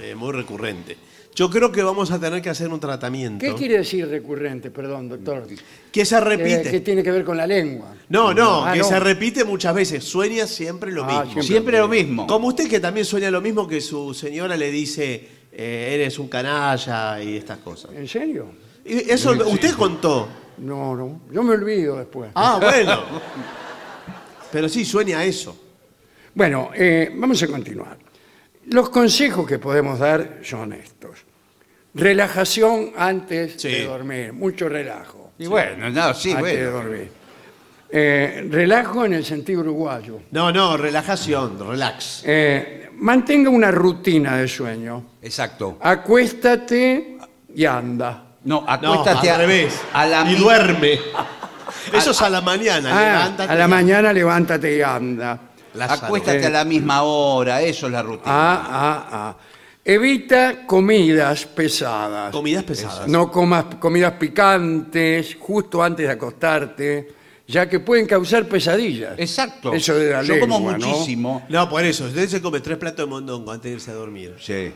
C: eh, muy recurrente. Yo creo que vamos a tener que hacer un tratamiento.
A: ¿Qué quiere decir recurrente? Perdón, doctor.
C: Que se
A: ¿Qué,
C: repite.
A: qué tiene Eh, que ver con la lengua?
C: No, no,
A: Ah,
C: que
A: no.
C: se repite muchas veces. Sueña siempre lo
A: Ah,
C: mismo.
B: Siempre lo mismo.
C: Como usted que también sueña lo mismo que su señora le dice, eh, eres un canalla y estas cosas.
A: ¿En serio?
C: Y eso usted contó.
A: No, no. Yo me olvido después.
C: Ah, bueno. Pero sí, sueña eso.
A: Bueno, eh, vamos a continuar. Los consejos que podemos dar son estos. Relajación antes
C: Sí.
A: de dormir, mucho relajo
B: Y bueno, no, sí,
C: Ah,
A: antes de
B: bueno.
A: dormir. Eh, relajo en el sentido uruguayo.
C: No, no, relajación, relax.
A: Eh, mantenga una rutina de sueño.
B: Exacto.
A: Acuéstate y anda.
B: No,
C: No,
B: acuéstate
C: al
B: a-
C: revés.
B: A la
C: y
B: mi-
C: duerme. Eso es a la mañana.
A: Ah,
C: levántate
A: a la
C: y-
A: mañana levántate y anda.
C: Lázaro.
B: Acuéstate a la misma hora, eso es la rutina.
A: Ah, ah, ah. Evita comidas pesadas.
C: Comidas pesadas.
A: No comas comidas picantes justo antes de acostarte, ya que pueden causar pesadillas.
B: Exacto.
A: Eso de la
B: Yo como
A: lengua, ¿no?
B: muchísimo.
C: No, por eso. Usted se come tres platos de mondongo antes de irse a dormir.
B: Sí.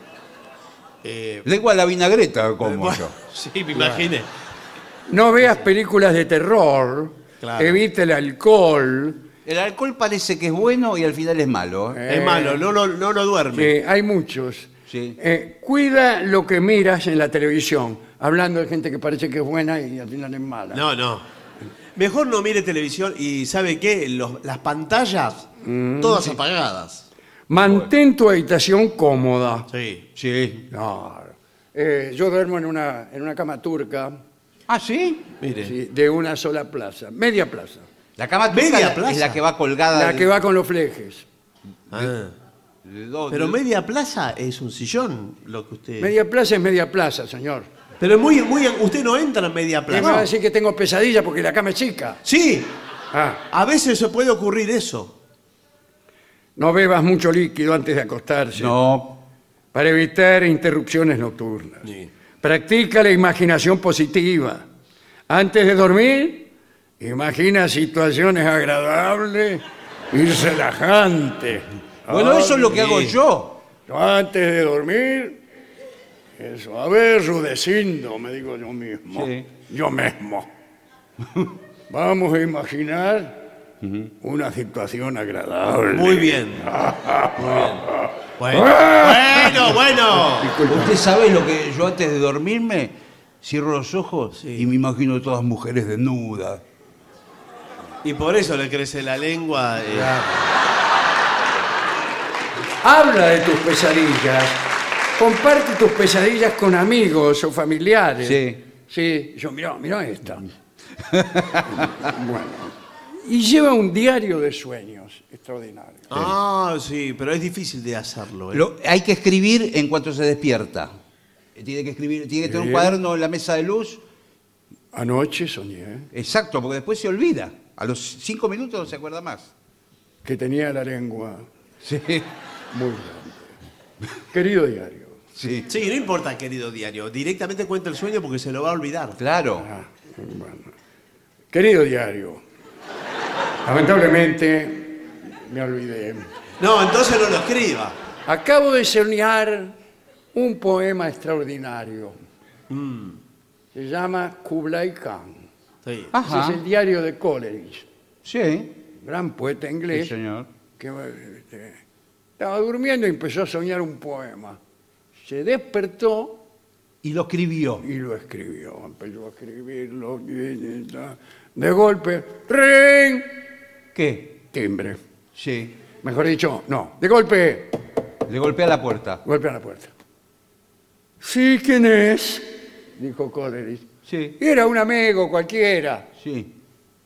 C: Eh,
B: Lengua a la vinagreta como
C: bueno,
B: yo.
C: [laughs] Sí, me imaginé.
A: No veas películas de terror,
C: Claro.
A: evita el alcohol,
B: El alcohol parece que es bueno y al final es malo. ¿eh?
C: Es malo, no lo, no lo duerme.
A: que hay muchos.
B: Sí.
A: Eh, cuida lo que miras en la televisión, hablando de gente que parece que es buena y al final es mala.
C: No, no. Mejor no mire televisión y ¿sabe qué? Los- las pantallas, todas apagadas.
A: Mantén tu habitación cómoda.
C: Sí.
B: Sí.
A: No. Eh, yo duermo en una, en una cama turca
B: ¿Ah, sí?
C: Mire.
A: sí, de una sola plaza, media plaza,
B: La cama turca
C: Media
B: es la-
C: plaza.
B: es la que va colgada.
A: la que va con los flejes.
C: Ah.
B: de dos-
C: Pero
B: de-
C: media plaza es un sillón, lo que usted.
A: Media plaza es media plaza, señor.
C: Pero es muy, muy. Usted no entra en media
A: Me va a
C: plaza.
A: decir que tengo pesadilla porque la cama es chica.
C: Sí,
A: Ah,
C: a veces se puede ocurrir eso.
A: no bebas mucho líquido antes de acostarse
B: No.
A: para evitar interrupciones nocturnas. Practica la imaginación positiva. Antes de dormir, imagina situaciones agradables y relajantes.
C: Ah,
B: Bueno, eso es lo que hago
A: Sí.
B: yo.
A: Antes de dormir, eso, a ver, rudecindo, me digo yo mismo.
B: Sí.
A: Yo mismo. [laughs] Vamos a imaginar una situación agradable.
C: Muy bien. Muy bien. Bueno, bueno, bueno.
B: ¿Usted sabe lo que yo antes de dormirme cierro los ojos y me imagino todas mujeres desnudas?
C: Y por eso le crece la lengua. eh.
A: Habla de tus pesadillas. Comparte tus pesadillas con amigos o familiares.
B: Sí.
A: Sí, yo, mirá, mirá esta. [laughs] bueno. Y lleva un diario de sueños extraordinario.
C: Ah, sí, pero es difícil de hacerlo. eh.
B: Lo- hay que escribir en cuanto se despierta. Tiene que escribir, tiene que tener un
A: Sí.
B: cuaderno en la mesa de luz.
A: Anoche soñé
B: Exacto, porque después se olvida. A los cinco minutos no se acuerda más.
A: que tenía la lengua
B: Sí,
A: Muy grande. Querido diario,
B: [laughs] sí.
C: Sí, no importa, querido diario. Directamente cuenta el sueño porque se lo va a olvidar.
B: Claro.
A: Ah, bueno. querido diario, lamentablemente me olvidé.
C: No, entonces no lo escriba.
A: Acabo de soñar un poema extraordinario.
B: Mm.
A: Se llama Kublai Khan.
C: Sí.
A: Ese
B: Ajá.
A: es el diario de Coleridge,
B: Sí,
A: gran poeta
B: sí,
A: inglés
B: señor.
A: que este, estaba durmiendo y empezó a soñar un poema. Se despertó
B: Y lo escribió.
A: y lo escribió. Empezó a escribirlo. y- y- ta. De golpe, ring,
B: ¿Qué?
A: timbre.
B: Sí.
A: Mejor dicho, no. De golpe,
B: Le golpea la puerta.
A: golpe a la puerta. Sí, ¿quién es? Dijo Coleridge.
B: Sí,
A: Era un amigo cualquiera.
B: sí.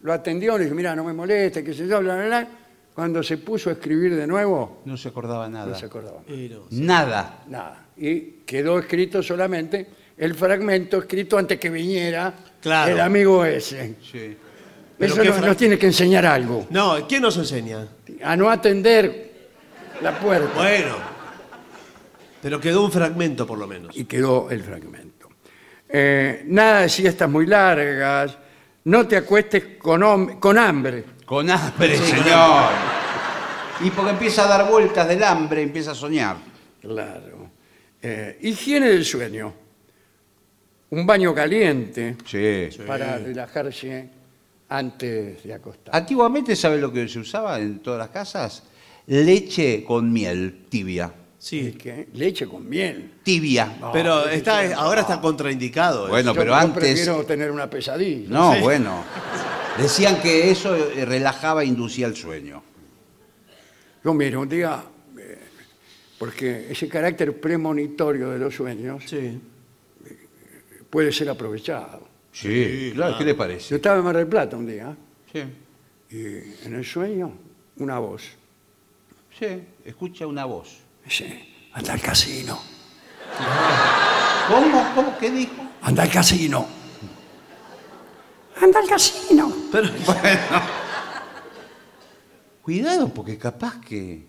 A: Lo atendió, le dijo, mira, no me moleste, que se yo, bla, bla, bla. Cuando se puso a escribir de nuevo,
B: No se acordaba nada.
A: no se acordaba
B: Nada.
A: nada. Y quedó escrito solamente el fragmento escrito antes que viniera
C: Claro.
A: el amigo ese.
B: Sí.
C: Pero
A: Eso
C: qué
A: nos-
C: fra-
A: nos tiene que enseñar algo.
C: No, ¿quién nos enseña?
A: a no atender la puerta.
C: Bueno. Pero quedó un fragmento por lo menos.
A: Y quedó el fragmento. Eh, nada de siestas muy largas, no te acuestes con, hom- con hambre.
B: Con hambre, señor. Y porque empieza a dar vueltas del hambre, empieza a soñar.
A: Claro. Eh, higiene del sueño. Un baño caliente
B: Sí.
A: para relajarse antes de
B: Ah,
A: acostar.
B: Antiguamente, ¿sabe lo que se usaba en todas las casas? Leche con miel, tibia.
A: ¿Y
C: Sí.
A: qué? Leche con miel.
B: Tibia.
C: Pero está, ahora está contraindicado. ¿eh? eso.
B: Bueno,
A: Yo-
B: pero
A: yo
B: antes-
A: prefiero tener una pesadilla.
B: No, bueno. Decían que eso eh, relajaba e inducía el sueño. [laughs]
A: Yo miro un día, eh, porque ese carácter premonitorio de los sueños
C: Sí.
A: puede ser aprovechado.
B: Sí, claro. ¿Qué le parece?
A: Yo estaba en Mar del Plata un día
B: Sí,
A: y en el sueño una voz.
B: sí. Escucha una voz.
A: Dice, anda al casino,
B: ¿Cómo? ¿Cómo? ¿Qué dijo?
A: anda al casino. Anda al casino.
C: Pero,
B: Cuidado, porque capaz que.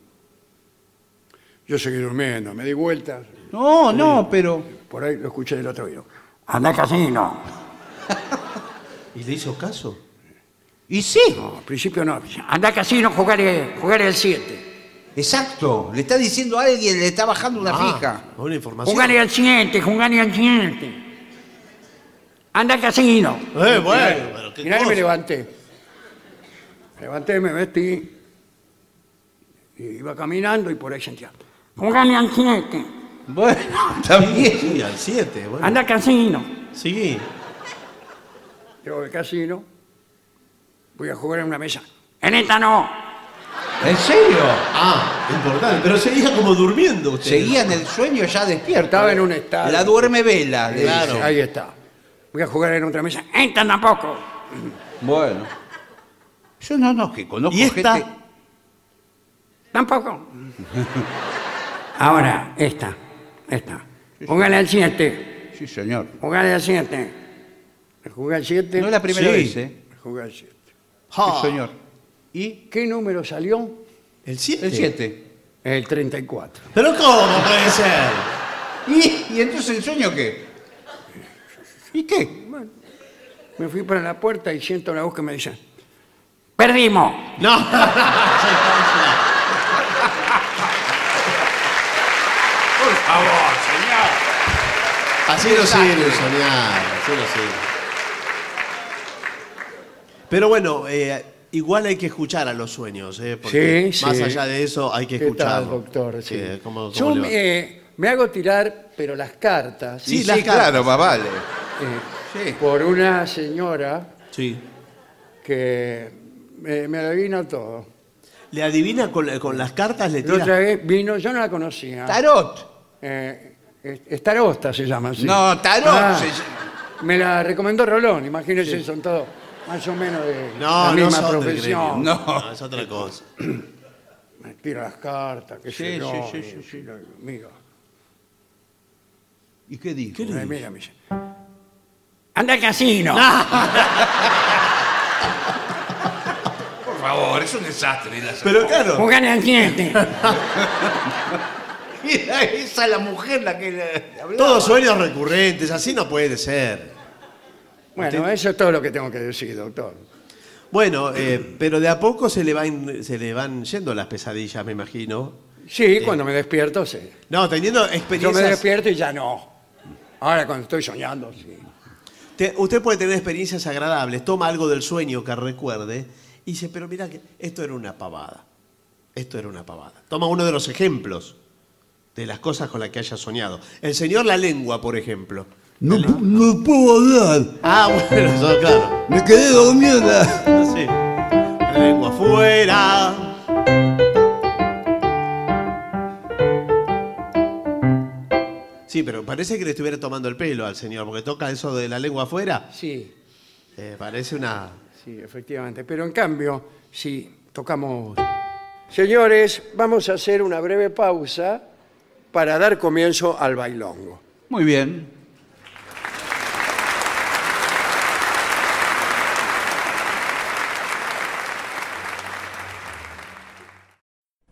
A: Yo seguí durmiendo, me di vueltas,
B: No, no, pero.
A: por ahí lo escuché del otro oído. Anda al casino.
C: ¿Y le hizo caso?
B: Y sí,
A: No, al principio no. Anda al casino, jugaré, jugaré el 7.
B: exacto. Le está diciendo a alguien, le está bajando una fija.
C: Una información.
A: Jugaré al siguiente, jugaré al siguiente. Anda al casino.
C: Eh, bueno, pero qué
A: Mirá, y me
C: cosa.
A: levanté. Me levanté, me vestí. Y iba caminando y por ahí sentía. Juegan al jinete,
B: Bueno, también.
C: Sí, al 7, bueno.
A: anda al casino.
C: Sí.
A: Llego al casino, voy a jugar en una mesa. En esta no.
B: ¿En serio?
C: Ah, importante. Pero seguía como durmiendo usted.
B: Seguía en el sueño ya despierto.
A: Estaba en un estado.
B: La duerme vela. le
C: Claro.
B: dice.
A: Ahí está. Voy a jugar en otra mesa. En esta tampoco.
B: Bueno. Yo no, no, que conozco
C: ¿Y esta?
B: gente.
A: Tampoco. Ahora, esta. Esta. Juegan al 7.
B: Sí, señor.
A: Jugar al 7. Jugar al 7.
B: No es la primera
E: Sí.
B: vez, ¿eh?
A: Jugar al 7.
C: Ah,
B: Sí, señor. ¿Y?
A: ¿Qué número salió?
C: ¿El 7?
B: El 7.
A: El 34.
C: ¿Pero cómo puede ser?
B: [laughs] ¿Y? ¿Y entonces el sueño qué? ¿Y qué?
A: Me fui para la puerta y siento una voz que me dice, ¡Perdimos!
C: No.
E: Por favor, señor.
C: Así no sirve soñar, así no sirve. Pero bueno, eh, igual hay que escuchar a los sueños, ¿eh? Porque
A: Sí,
C: más
A: sí.
C: allá de eso hay que
A: ¿Qué tal,
C: escucharlo.
A: doctor? Sí.
C: Sí, ¿cómo-
A: Yo
C: cómo le va?
A: eh, me hago tirar, pero las cartas,
C: Sí,
B: Y
C: las
B: claro, más vale.
A: eh,
B: Sí.
A: por una señora
C: Sí.
A: que me, me adivina todo.
C: ¿Le adivina con, con las cartas? ¿Le
A: La otra
C: tira?
A: vez vino, yo no la conocía.
B: Tarot.
A: Eh, es- es tarosta se llama, sí.
B: No, tarot
A: Ah,
B: se llama.
A: me la recomendó Rolón, imagínense, son todos más o menos de
C: No,
A: la
C: no
A: misma
C: son del
A: profesión.
C: gremio.
B: No.
C: No, es otra cosa.
A: Me tiro las cartas, qué sé
B: Sí,
A: yo.
B: sí, sí,
A: y-
B: sí, sí.
A: y lo- Mira,
B: ¿Y qué dijo?
A: me mira, me dice, ¡Anda al casino!
E: Por favor, es un desastre. la-
B: [laughs]
C: Pero claro,
A: ¡Jugale al siete!
B: Era esa la mujer la que le hablaba.
C: todos sueños recurrentes, así no puede ser.
A: Bueno, eso es todo lo que tengo que decir, doctor.
C: Bueno, eh, pero de a poco se le, va in- se le van yendo las pesadillas, me imagino.
A: Sí, cuando me despierto, sí.
C: No, teniendo
A: Yo me
C: experiencias...
A: despierto y ya no. Ahora cuando estoy soñando, sí.
C: Te- usted puede tener experiencias agradables, toma algo del sueño que recuerde y dice, pero mira, que esto era una pavada. Esto era una pavada. Toma uno de los ejemplos de las cosas con las que haya soñado. El señor La Lengua, por ejemplo.
F: No, pu- no puedo hablar.
C: Ah, [laughs] bueno, eso, claro. Ah,
F: Me quedé dormida.
C: Sí. La lengua afuera. Sí, pero parece que le estuviera tomando el pelo al señor, porque toca eso de la lengua afuera.
A: Sí,
C: Eh, parece una...
A: sí, efectivamente. Pero en cambio, sí, tocamos... Señores, vamos a hacer una breve pausa para dar comienzo al bailongo.
B: Muy bien.